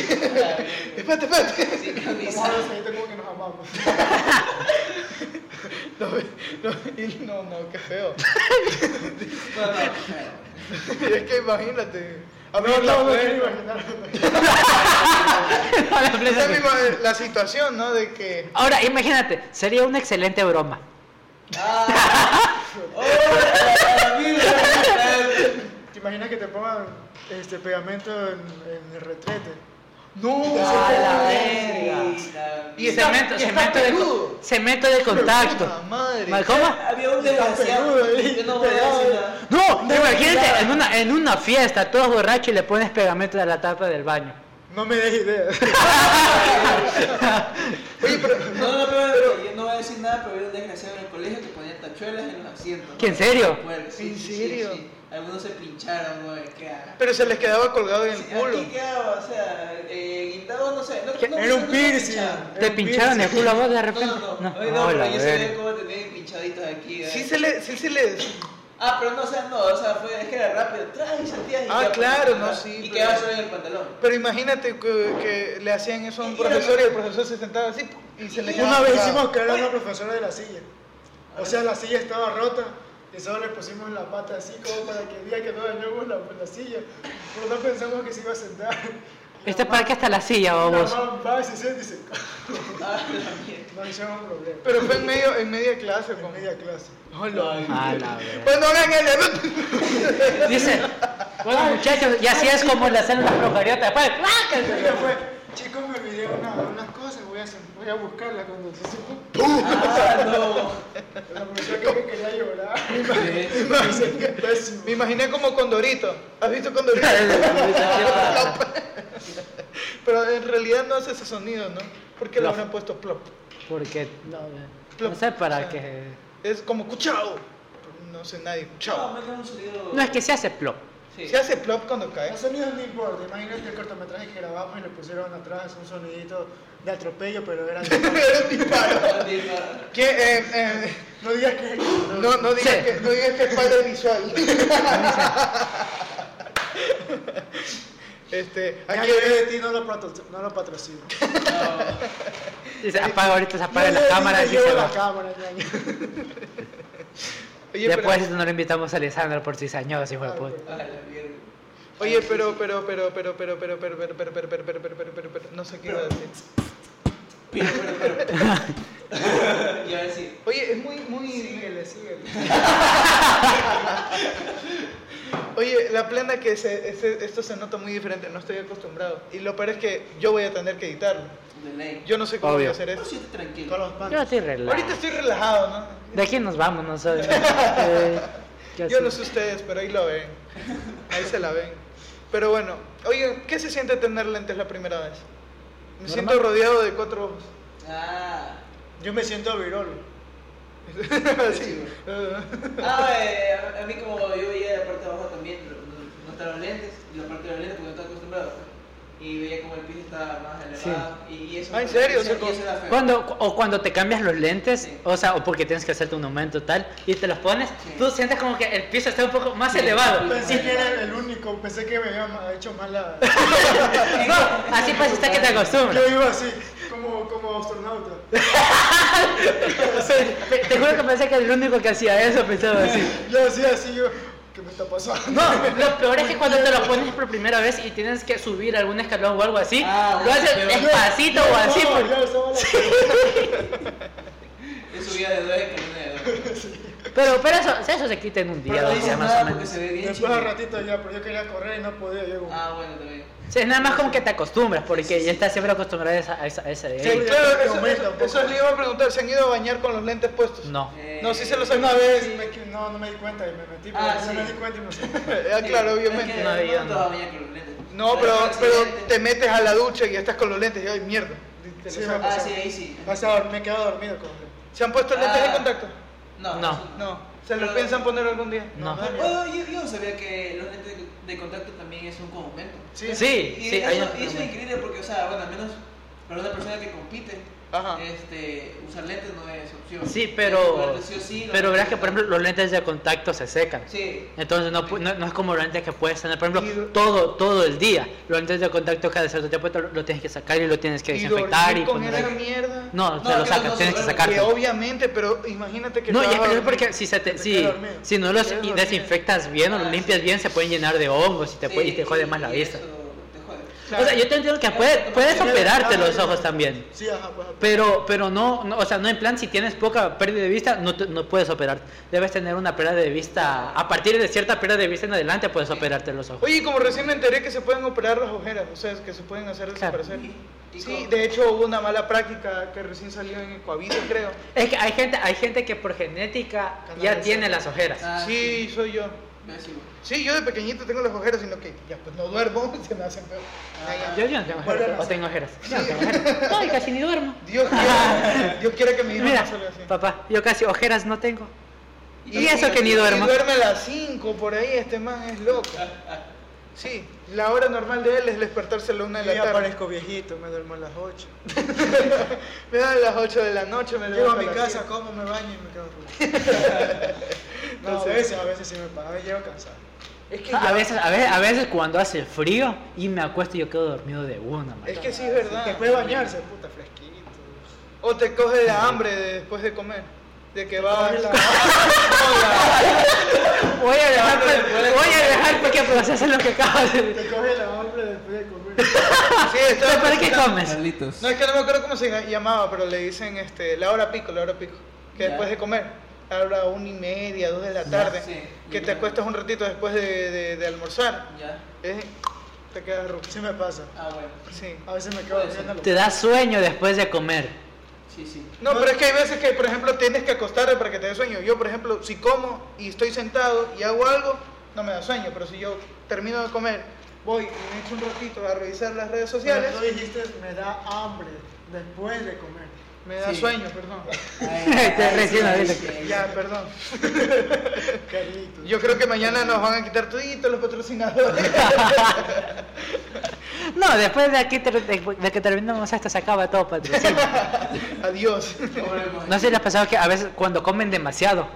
[SPEAKER 1] espérate, espérate.
[SPEAKER 3] Sin
[SPEAKER 4] Como
[SPEAKER 3] camisa.
[SPEAKER 4] ahora se siente como que nos amamos.
[SPEAKER 1] No, no, y- no, no, qué feo.
[SPEAKER 3] No, no.
[SPEAKER 1] Es que imagínate.
[SPEAKER 4] No,
[SPEAKER 1] Abrir la
[SPEAKER 4] no, no quiero
[SPEAKER 1] puerta.
[SPEAKER 4] imaginar.
[SPEAKER 2] Para
[SPEAKER 1] Esa
[SPEAKER 2] la
[SPEAKER 1] es
[SPEAKER 2] plaza.
[SPEAKER 1] misma- la situación, ¿no? De que.
[SPEAKER 2] Ahora, imagínate, sería una excelente broma.
[SPEAKER 3] Ah. Oh, la mierda.
[SPEAKER 4] ¿Te imaginas que te pongan este pegamento en, en el retrete?
[SPEAKER 1] ¡No!
[SPEAKER 2] Ah, la
[SPEAKER 3] verga.
[SPEAKER 1] Y está-
[SPEAKER 2] cemento,
[SPEAKER 1] y está
[SPEAKER 2] cemento, de,
[SPEAKER 1] peludo.
[SPEAKER 2] co- cemento de contacto.
[SPEAKER 1] ¡Puta madre!
[SPEAKER 2] Ma- ¿Cómo?
[SPEAKER 3] Había un desgraciado.
[SPEAKER 4] peludo,
[SPEAKER 3] Yo no voy a decir nada.
[SPEAKER 2] No,
[SPEAKER 3] ya.
[SPEAKER 2] imagínate en una, en una fiesta, todos borrachos y le pones pegamento a la tapa del baño.
[SPEAKER 4] No me des ideas.
[SPEAKER 1] Oye, pero.
[SPEAKER 3] No, no, pero yo no voy a decir nada, pero había un desgraciado en el colegio que ponía tachuelas en los asientos.
[SPEAKER 2] ¿Que en serio?
[SPEAKER 3] Bueno, sí,
[SPEAKER 1] ¿En
[SPEAKER 3] sí, sí,
[SPEAKER 1] serio?
[SPEAKER 3] sí. Algunos se pincharon, güey, ¿qué haga?
[SPEAKER 1] Pero se les quedaba colgado en el
[SPEAKER 3] Sí,
[SPEAKER 1] culo.
[SPEAKER 3] Aquí quedaba, o sea, eh, guindado, no sé. No, no,
[SPEAKER 4] Era
[SPEAKER 3] no,
[SPEAKER 4] un
[SPEAKER 3] no,
[SPEAKER 4] piercing.
[SPEAKER 3] pinchado.
[SPEAKER 2] ¿Te
[SPEAKER 4] un
[SPEAKER 2] pincharon el
[SPEAKER 4] piercing.
[SPEAKER 2] culo a vos de
[SPEAKER 3] No,
[SPEAKER 2] repente?
[SPEAKER 3] no,
[SPEAKER 2] Ah,
[SPEAKER 3] no. Oye, no, pero
[SPEAKER 2] la
[SPEAKER 3] yo sabía
[SPEAKER 2] verga.
[SPEAKER 3] cómo tenían pinchaditos aquí. ¿eh?
[SPEAKER 1] Sí se les. Sí se les.
[SPEAKER 3] Ah, pero no, o sea, no, o sea, fue, es que era rápido. Tras, y sentías y
[SPEAKER 1] Ah,
[SPEAKER 3] ya,
[SPEAKER 1] claro,
[SPEAKER 3] pues,
[SPEAKER 1] no,
[SPEAKER 3] ah,
[SPEAKER 1] sí,
[SPEAKER 3] Y
[SPEAKER 1] pero-
[SPEAKER 3] quedaba solo en el pantalón.
[SPEAKER 1] Pero imagínate que, que le hacían eso a un
[SPEAKER 3] Y era-
[SPEAKER 1] profesor y el profesor se sentaba así ¡pum! y se le quedaba
[SPEAKER 4] Una vez
[SPEAKER 1] colgado.
[SPEAKER 4] hicimos caer a una profesora de la silla. O sea, la silla estaba rota y solo le pusimos la pata así como para que diga que no dañamos la, la silla. Pero no pensamos que se iba a sentar.
[SPEAKER 2] Este parque hasta la silla,
[SPEAKER 4] La
[SPEAKER 2] vamos.
[SPEAKER 4] mamá va y se siente y se...
[SPEAKER 3] Ah, la mierda.
[SPEAKER 4] No hicieron problema.
[SPEAKER 1] Pero fue en medio, en media clase.
[SPEAKER 4] En
[SPEAKER 1] Con...
[SPEAKER 4] media clase.
[SPEAKER 2] Ah, la verga.
[SPEAKER 1] Cuando hagan el.
[SPEAKER 2] Dice, bueno muchachos, y así es como le hacen pues, las procariotas. Después,
[SPEAKER 4] Y ya fue, chicos, me olvidé una, unas cosas, voy a, hacer- voy a buscarlas cuando se supo.
[SPEAKER 3] Ah, no.
[SPEAKER 4] La profesora creo que quería llorar.
[SPEAKER 3] Sí.
[SPEAKER 4] Me dice que es pésimo.
[SPEAKER 1] Me imaginé como Condorito. ¿Has visto Condorito? Pero en realidad no hace ese sonido, ¿no? Porque le
[SPEAKER 2] No.
[SPEAKER 1] habrán puesto plop.
[SPEAKER 2] Porque no, no sé para qué.
[SPEAKER 1] Es como cuchao. No sé nadie,
[SPEAKER 3] No,
[SPEAKER 1] cuchao.
[SPEAKER 3] me dio un sonido.
[SPEAKER 2] No es que se hace plop.
[SPEAKER 3] Sí.
[SPEAKER 1] Se hace plop cuando cae.
[SPEAKER 4] Los sonidos no importa, imagínate el cortometraje que grabamos y le pusieron atrás un sonidito de atropello, pero era de-
[SPEAKER 1] Era un disparo. Que, eh, eh,
[SPEAKER 4] No digas que
[SPEAKER 1] no, no digas
[SPEAKER 2] Sí.
[SPEAKER 1] que, no digas que es falta visual. este,
[SPEAKER 4] Ya
[SPEAKER 1] aquí
[SPEAKER 4] yo de ti no lo, patro- no lo patrocino.
[SPEAKER 2] Y se apaga ahorita, se apaga
[SPEAKER 4] Yo
[SPEAKER 2] la
[SPEAKER 4] le
[SPEAKER 2] cámara y
[SPEAKER 4] digo,
[SPEAKER 2] se
[SPEAKER 4] llevo
[SPEAKER 2] va.
[SPEAKER 4] la cámara, ñaño.
[SPEAKER 1] Oye,
[SPEAKER 2] Después
[SPEAKER 1] pero,
[SPEAKER 2] esto no lo invitamos a Alessandro por cizañoso, hijo de
[SPEAKER 4] Ah,
[SPEAKER 2] puta.
[SPEAKER 3] Ah, la mierda.
[SPEAKER 1] oye, pero, pero, pero, pero, pero, pero, pero, pero, pero, pero, pero, pero, pero, pero, pero, pero, no sé qué iba a decir.
[SPEAKER 3] Pero, pero, pero. Yo iba a decir.
[SPEAKER 1] Oye, es muy, muy,
[SPEAKER 4] Síguele, síguele.
[SPEAKER 1] oye, la plena que se, este- esto se nota muy diferente, no estoy acostumbrado. Y lo peor es que yo voy a tener que editarlo.
[SPEAKER 3] De ley.
[SPEAKER 1] Yo no sé cómo voy
[SPEAKER 2] Obvio.
[SPEAKER 1] a hacer
[SPEAKER 3] Por
[SPEAKER 1] esto.
[SPEAKER 3] cierto, tranquilo.
[SPEAKER 4] Con los panes.
[SPEAKER 2] Yo estoy
[SPEAKER 1] Ahorita
[SPEAKER 2] relajado.
[SPEAKER 1] estoy relajado, ¿no?
[SPEAKER 2] De aquí nos vamos nosotros. Eh,
[SPEAKER 1] Yo
[SPEAKER 2] sí.
[SPEAKER 1] no sé ustedes, pero ahí lo ven. Ahí se la ven. Pero bueno, oye, ¿qué se siente tener lentes la primera vez? Me
[SPEAKER 2] Normal.
[SPEAKER 1] siento rodeado de cuatro ojos.
[SPEAKER 3] Ah.
[SPEAKER 4] Yo me siento virol.
[SPEAKER 1] Así.
[SPEAKER 3] Ah, eh, a- a mí como yo veía la parte de abajo también, pero no, no estaban los lentes, y la parte de los lentes porque no estaba acostumbrado. Y veía como el piso estaba más elevado. Y, y eso
[SPEAKER 1] Ah, ¿en serio?
[SPEAKER 3] y eso-
[SPEAKER 1] O sea,
[SPEAKER 3] y eso era feo.
[SPEAKER 2] Cuando, cu- o cuando te cambias los lentes,
[SPEAKER 3] Sí.
[SPEAKER 2] o sea, o porque tienes que hacerte un aumento tal, y te los pones,
[SPEAKER 3] Sí.
[SPEAKER 2] tú sientes como que el piso está un poco más
[SPEAKER 3] Sí.
[SPEAKER 2] elevado.
[SPEAKER 4] Pensé que era el único, pensé que me había ma- hecho mal la.
[SPEAKER 2] No, así pasa hasta que te acostumbras.
[SPEAKER 4] Yo iba así, como, como astronauta.
[SPEAKER 2] Te, te juro que pensé que el único que hacía eso pensaba así.
[SPEAKER 4] Yo hacía así, yo, ¿qué me está pasando?
[SPEAKER 2] No, lo peor es que cuando te lo pones por primera vez y tienes que subir algún escalón o algo así,
[SPEAKER 3] Ah,
[SPEAKER 2] lo haces
[SPEAKER 3] peor.
[SPEAKER 2] despacito o así. pues.
[SPEAKER 4] No,
[SPEAKER 2] por-
[SPEAKER 4] yo estaba la-
[SPEAKER 3] Yo subía de dos escalones de dos.
[SPEAKER 2] Pero, pero eso, eso se quita en un día,
[SPEAKER 3] Pero no
[SPEAKER 2] dos
[SPEAKER 3] dices "Ah,
[SPEAKER 2] días
[SPEAKER 3] pues
[SPEAKER 2] más
[SPEAKER 3] nada
[SPEAKER 2] o
[SPEAKER 3] porque
[SPEAKER 2] menos.
[SPEAKER 3] se ve bien
[SPEAKER 4] Después al
[SPEAKER 3] chiquito.
[SPEAKER 4] ratito ya, pero yo quería correr y no podía. Yo como,
[SPEAKER 3] Ah, bueno, también.
[SPEAKER 2] O sea, es nada más como que te acostumbras, porque ya estás siempre acostumbrado a esa, a esa, a esa ¿eh? de
[SPEAKER 1] Sí,
[SPEAKER 2] ahí.
[SPEAKER 1] claro,
[SPEAKER 4] Te
[SPEAKER 1] eso,
[SPEAKER 4] aumenta
[SPEAKER 1] eso,
[SPEAKER 4] un poco.
[SPEAKER 1] eso le iba a preguntar. ¿Se han ido a bañar con los lentes puestos?
[SPEAKER 2] No.
[SPEAKER 3] Eh,
[SPEAKER 1] No, sí se los
[SPEAKER 4] una
[SPEAKER 1] han
[SPEAKER 4] vez me que- no, no me di cuenta y me metí, pero
[SPEAKER 3] Ah,
[SPEAKER 4] no
[SPEAKER 3] sí.
[SPEAKER 4] me di cuenta y me metí.
[SPEAKER 1] Ah, claro, obviamente.
[SPEAKER 2] No
[SPEAKER 3] No,
[SPEAKER 2] había, no.
[SPEAKER 3] había, no. todos venían con los lentes.
[SPEAKER 1] No,
[SPEAKER 3] Pero
[SPEAKER 1] pero,
[SPEAKER 3] fue un
[SPEAKER 1] pero
[SPEAKER 3] accidente.
[SPEAKER 1] te metes a la ducha y ya estás con los lentes. Y ay, mierda. Te los
[SPEAKER 4] Sí,
[SPEAKER 1] sacas.
[SPEAKER 3] Ah, sí, ahí sí.
[SPEAKER 4] O sea, me he quedado dormido con
[SPEAKER 1] ¿Se han puesto lentes de
[SPEAKER 3] Ah.
[SPEAKER 1] contacto?
[SPEAKER 3] No,
[SPEAKER 2] No.
[SPEAKER 3] eso
[SPEAKER 1] No. ¿Se los
[SPEAKER 3] Pero-
[SPEAKER 1] piensan poner algún día?
[SPEAKER 2] No.
[SPEAKER 4] no, no.
[SPEAKER 3] Bueno, yo, yo sabía que los lentes de, de contacto también es un conjunto.
[SPEAKER 2] Sí, sí,
[SPEAKER 3] y
[SPEAKER 2] hay
[SPEAKER 3] eso,
[SPEAKER 2] una-
[SPEAKER 3] y eso es increíble porque, o sea, bueno, al menos para una persona que compite,
[SPEAKER 1] Ajá.
[SPEAKER 3] este, usar lentes no es opción.
[SPEAKER 2] Sí, pero,
[SPEAKER 3] Jugarte sí o sí, no
[SPEAKER 2] pero
[SPEAKER 3] es
[SPEAKER 2] verás que, por
[SPEAKER 3] opción.
[SPEAKER 2] ejemplo, los lentes de contacto se secan.
[SPEAKER 3] Sí.
[SPEAKER 2] Entonces no, pu- no, no es como los lentes que puedes tener, por ejemplo,
[SPEAKER 1] Y-
[SPEAKER 2] todo, todo el día. Los lentes de contacto cada cierto tiempo te lo, lo tienes que sacar y lo tienes que
[SPEAKER 1] y
[SPEAKER 2] desinfectar y
[SPEAKER 1] dormir con esa
[SPEAKER 2] poner...
[SPEAKER 1] mierda.
[SPEAKER 2] No, te
[SPEAKER 3] No,
[SPEAKER 2] lo
[SPEAKER 3] que
[SPEAKER 2] sacas,
[SPEAKER 3] no
[SPEAKER 2] tienes
[SPEAKER 3] se
[SPEAKER 2] que
[SPEAKER 3] duerme.
[SPEAKER 1] Que
[SPEAKER 2] sacártelo.
[SPEAKER 1] obviamente, pero imagínate que
[SPEAKER 2] No,
[SPEAKER 1] te
[SPEAKER 2] y
[SPEAKER 1] vas
[SPEAKER 2] es
[SPEAKER 1] a
[SPEAKER 2] que es
[SPEAKER 1] dormir.
[SPEAKER 2] porque si, se te,
[SPEAKER 4] te
[SPEAKER 2] si,
[SPEAKER 4] queda dormido.
[SPEAKER 2] si no los
[SPEAKER 4] Te quedas
[SPEAKER 2] y
[SPEAKER 4] dormido.
[SPEAKER 2] desinfectas bien o los
[SPEAKER 3] Ah,
[SPEAKER 2] limpias bien, se pueden llenar de hongos y te, puede- y te jode más la vista.
[SPEAKER 3] eso te jode.
[SPEAKER 2] O sea, yo te entiendo que puede- puedes
[SPEAKER 3] Sí,
[SPEAKER 2] operarte
[SPEAKER 4] claro,
[SPEAKER 2] los
[SPEAKER 4] claro.
[SPEAKER 2] ojos también.
[SPEAKER 4] Sí, ajá, pues.
[SPEAKER 2] Pero, pero no, no, o sea, no en plan, si tienes poca pérdida de vista, no, te- no puedes operarte. Debes tener una pérdida de vista, a partir de cierta pérdida de vista en adelante puedes operarte los ojos.
[SPEAKER 1] Oye, y como recién me enteré que se pueden operar las ojeras, o sea, que se pueden hacer
[SPEAKER 2] Claro.
[SPEAKER 1] desaparecer.
[SPEAKER 3] Y- y
[SPEAKER 1] Sí,
[SPEAKER 3] cómo-
[SPEAKER 1] de hecho hubo una mala práctica que recién salió en Ecoavita, creo.
[SPEAKER 2] Es que hay gente, hay gente que por genética ya
[SPEAKER 4] Canalizar.
[SPEAKER 2] tiene las ojeras.
[SPEAKER 3] Ah,
[SPEAKER 1] Sí, soy yo.
[SPEAKER 3] ves, sí, güey.
[SPEAKER 1] Sí, yo de pequeñito tengo las ojeras, sino que ya pues no duermo, se me hacen peor.
[SPEAKER 3] Ah,
[SPEAKER 2] Yo, yo no tengo
[SPEAKER 4] Bueno,
[SPEAKER 2] ojeras.
[SPEAKER 4] no
[SPEAKER 2] O
[SPEAKER 4] sé.
[SPEAKER 2] tengo ojeras. Yo no tengo ojeras. No, y casi ni duermo.
[SPEAKER 1] Dios quiera, Dios quiera que mi hijo
[SPEAKER 2] Mira,
[SPEAKER 1] no salga así.
[SPEAKER 2] papá, yo casi ojeras no tengo. Y
[SPEAKER 3] tampoco
[SPEAKER 2] eso que ni
[SPEAKER 3] tengo-
[SPEAKER 2] duermo.
[SPEAKER 1] Y duerme a las 5 por ahí, este man es loco. Sí, la hora normal de él es despertarse a la 1 de
[SPEAKER 4] Yo
[SPEAKER 1] la
[SPEAKER 4] ya
[SPEAKER 1] tarde.
[SPEAKER 4] parezco viejito, me duermo a las 8.
[SPEAKER 1] Me dan las 8 de la noche, me
[SPEAKER 4] Llego a
[SPEAKER 1] levanto
[SPEAKER 4] mi
[SPEAKER 1] las
[SPEAKER 4] casa,
[SPEAKER 1] siete.
[SPEAKER 4] como, me baño y me quedo dormido. No, a veces, a veces sí me pasa, a veces llego cansado.
[SPEAKER 1] Es que,
[SPEAKER 2] A
[SPEAKER 1] ya-
[SPEAKER 2] veces, a veces, a veces cuando hace frío y me acuesto yo quedo dormido de una, man.
[SPEAKER 1] es que sí es verdad.
[SPEAKER 4] Después de bañarse, puta, fresquito.
[SPEAKER 1] O te coge la hambre de- después de comer. De que vas.
[SPEAKER 4] coge la-
[SPEAKER 2] Voy a dejar, pa- voy a dejar para que procesen lo que acabas de decir.
[SPEAKER 4] Te coge la hambre después de comer.
[SPEAKER 1] Sí, estaba
[SPEAKER 2] ¿Para qué
[SPEAKER 1] pensando-
[SPEAKER 2] comes?
[SPEAKER 3] Malditos.
[SPEAKER 1] No, es que no me acuerdo cómo se llamaba, pero le dicen este, la hora pico, la hora pico. Que
[SPEAKER 3] Ya.
[SPEAKER 1] después de comer, a la una y media, dos de la
[SPEAKER 2] Ya,
[SPEAKER 1] tarde,
[SPEAKER 3] sí.
[SPEAKER 1] que te acuestas un ratito después de, de- de almorzar,
[SPEAKER 3] Ya.
[SPEAKER 1] eh, te quedas ruco.
[SPEAKER 4] Sí me pasa.
[SPEAKER 3] Ah, bueno.
[SPEAKER 1] Sí.
[SPEAKER 4] A veces me quedo dormido.
[SPEAKER 2] Te da sueño después de comer.
[SPEAKER 3] Sí, sí.
[SPEAKER 1] No,
[SPEAKER 4] No.
[SPEAKER 1] pero es que hay veces que, por ejemplo, tienes que acostarte para que te dé sueño. Yo, por ejemplo, si como y estoy sentado y hago algo, no me da sueño. Pero si yo termino de comer, voy y me echo un ratito a revisar las redes sociales,
[SPEAKER 4] Tú dijiste, me da hambre. después de comer.
[SPEAKER 1] Me da
[SPEAKER 3] Sí.
[SPEAKER 1] sueño, perdón.
[SPEAKER 2] Está recién ahorita.
[SPEAKER 1] Ya, perdón.
[SPEAKER 4] Carlitos.
[SPEAKER 1] Yo creo que mañana nos van a quitar toditos los patrocinadores.
[SPEAKER 2] No, después de, aquí, ter- de- de que terminamos esto se acaba todo patrocinio.
[SPEAKER 1] Adiós.
[SPEAKER 2] No sé si les ha pasado que a veces cuando comen demasiado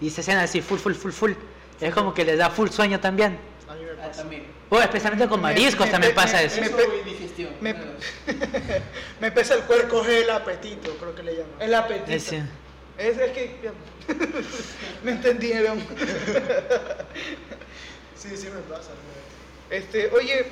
[SPEAKER 2] y se cenan así full, full, full, full, es como que les da full sueño también.
[SPEAKER 4] A mí me
[SPEAKER 3] Ah,
[SPEAKER 4] pasa.
[SPEAKER 3] también.
[SPEAKER 2] O especialmente con
[SPEAKER 1] Me-
[SPEAKER 2] mariscos
[SPEAKER 1] me-
[SPEAKER 2] también
[SPEAKER 1] me-
[SPEAKER 2] pasa
[SPEAKER 1] me-
[SPEAKER 2] eso.
[SPEAKER 1] me-
[SPEAKER 3] Eso
[SPEAKER 1] pe-
[SPEAKER 3] y digestión.
[SPEAKER 1] me-
[SPEAKER 3] claro.
[SPEAKER 1] Me pesa el
[SPEAKER 4] Pues
[SPEAKER 1] cuerpo.
[SPEAKER 4] coge el apetito, creo que le llaman.
[SPEAKER 1] El apetito.
[SPEAKER 2] Sí.
[SPEAKER 1] Es, es que me entendieron.
[SPEAKER 4] Sí, sí me pasa. me-
[SPEAKER 1] Este, oye,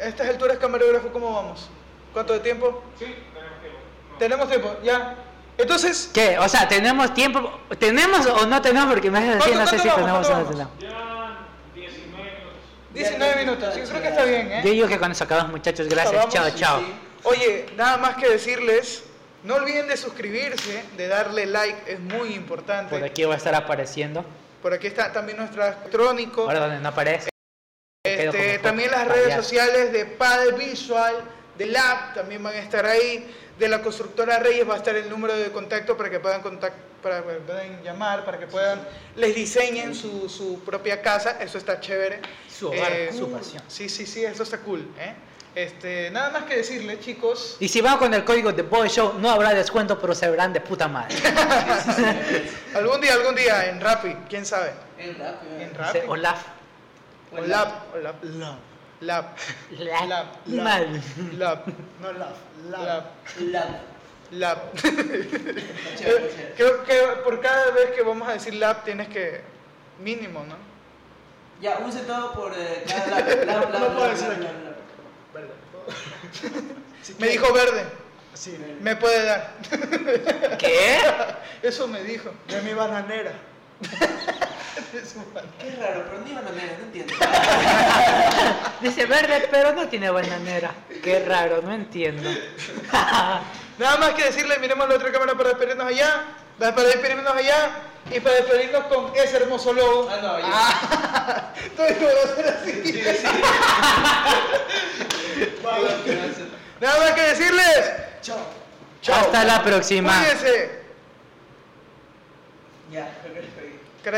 [SPEAKER 1] a estas alturas camarógrafo, ¿cómo vamos? ¿Cuánto de tiempo? Sí, tenemos tiempo. Tenemos tiempo, ya. Entonces,
[SPEAKER 2] ¿Qué? O sea, ¿tenemos tiempo? ¿Tenemos o no tenemos? Porque me haces así,
[SPEAKER 1] ¿Cuánto-
[SPEAKER 2] no sé
[SPEAKER 1] cuánto
[SPEAKER 2] si
[SPEAKER 1] vamos?
[SPEAKER 2] tenemos o no
[SPEAKER 1] ¿Cuánto
[SPEAKER 2] tenemos.
[SPEAKER 5] Ya 19 minutos.
[SPEAKER 1] 19 minutos. Yo creo que está bien,
[SPEAKER 2] Yo
[SPEAKER 1] ¿eh?
[SPEAKER 2] digo que con eso acabamos, muchachos. Gracias.
[SPEAKER 1] Acabamos,
[SPEAKER 2] Chao,
[SPEAKER 1] sí,
[SPEAKER 2] chao.
[SPEAKER 3] sí.
[SPEAKER 1] Oye, nada más que decirles, no olviden de suscribirse, de darle like, es muy importante.
[SPEAKER 2] Por aquí va a estar apareciendo.
[SPEAKER 1] Por aquí está también nuestro electrónico.
[SPEAKER 2] Ahora donde no aparece. quedo como
[SPEAKER 1] Este,
[SPEAKER 2] foto,
[SPEAKER 1] también las redes
[SPEAKER 2] payaso.
[SPEAKER 1] sociales de Padel Visual, de Lab, también van a estar ahí. De la constructora Reyes va a estar el número de contacto para que puedan, contact, para que puedan llamar, para que puedan les diseñen su, su propia casa. Eso está chévere. Eh,
[SPEAKER 2] Su hogar, su pasión.
[SPEAKER 1] Sí, sí, sí, eso está cool. ¿eh? Este, nada más que decirles, chicos.
[SPEAKER 2] Y si van con el código de Boy Show, no habrá descuento, pero se verán de puta madre.
[SPEAKER 1] Algún día, algún día, en Rappi, quién sabe.
[SPEAKER 3] En rap, Pues ¿eh?
[SPEAKER 1] En
[SPEAKER 2] Dice,
[SPEAKER 1] Rappi.
[SPEAKER 2] Olaf.
[SPEAKER 1] O Lab. O Lab. Lab. Lab.
[SPEAKER 2] Mal.
[SPEAKER 1] Lab.
[SPEAKER 4] No, la, la,
[SPEAKER 1] Lab.
[SPEAKER 3] Lab.
[SPEAKER 1] Lab.
[SPEAKER 3] Está chévere, está
[SPEAKER 1] Eh,
[SPEAKER 3] chévere.
[SPEAKER 1] Creo que por cada vez que vamos a decir lab tienes que mínimo, ¿no?
[SPEAKER 3] Ya, un centavo por eh, cada lab. Lab, lab,
[SPEAKER 4] No puedo
[SPEAKER 3] lab,
[SPEAKER 4] decir
[SPEAKER 3] lab,
[SPEAKER 4] aquí.
[SPEAKER 3] lab, lab.
[SPEAKER 4] Verga. Si
[SPEAKER 1] Me
[SPEAKER 4] quieres-
[SPEAKER 1] dijo verde,
[SPEAKER 4] Sí, de,
[SPEAKER 1] me puede dar.
[SPEAKER 2] ¿Qué?
[SPEAKER 1] Eso me dijo.
[SPEAKER 4] de mi bananera.
[SPEAKER 3] Qué raro, pero ni bananera, no entiendo.
[SPEAKER 2] Dice verde, pero no tiene bananera. Qué raro, no entiendo.
[SPEAKER 1] Nada más que decirle, miremos la otra cámara para despedirnos allá, da- para despedirnos allá y para despedirnos con ese hermoso logo. Ah,
[SPEAKER 3] Ah, no, yo-
[SPEAKER 1] Entonces, lo voy a hacer así. Nada más que decirles.
[SPEAKER 3] Chao.
[SPEAKER 1] Chao.
[SPEAKER 2] Hasta la próxima.
[SPEAKER 1] Cuídense.
[SPEAKER 3] Ya, creo que les pegué.
[SPEAKER 1] Caray.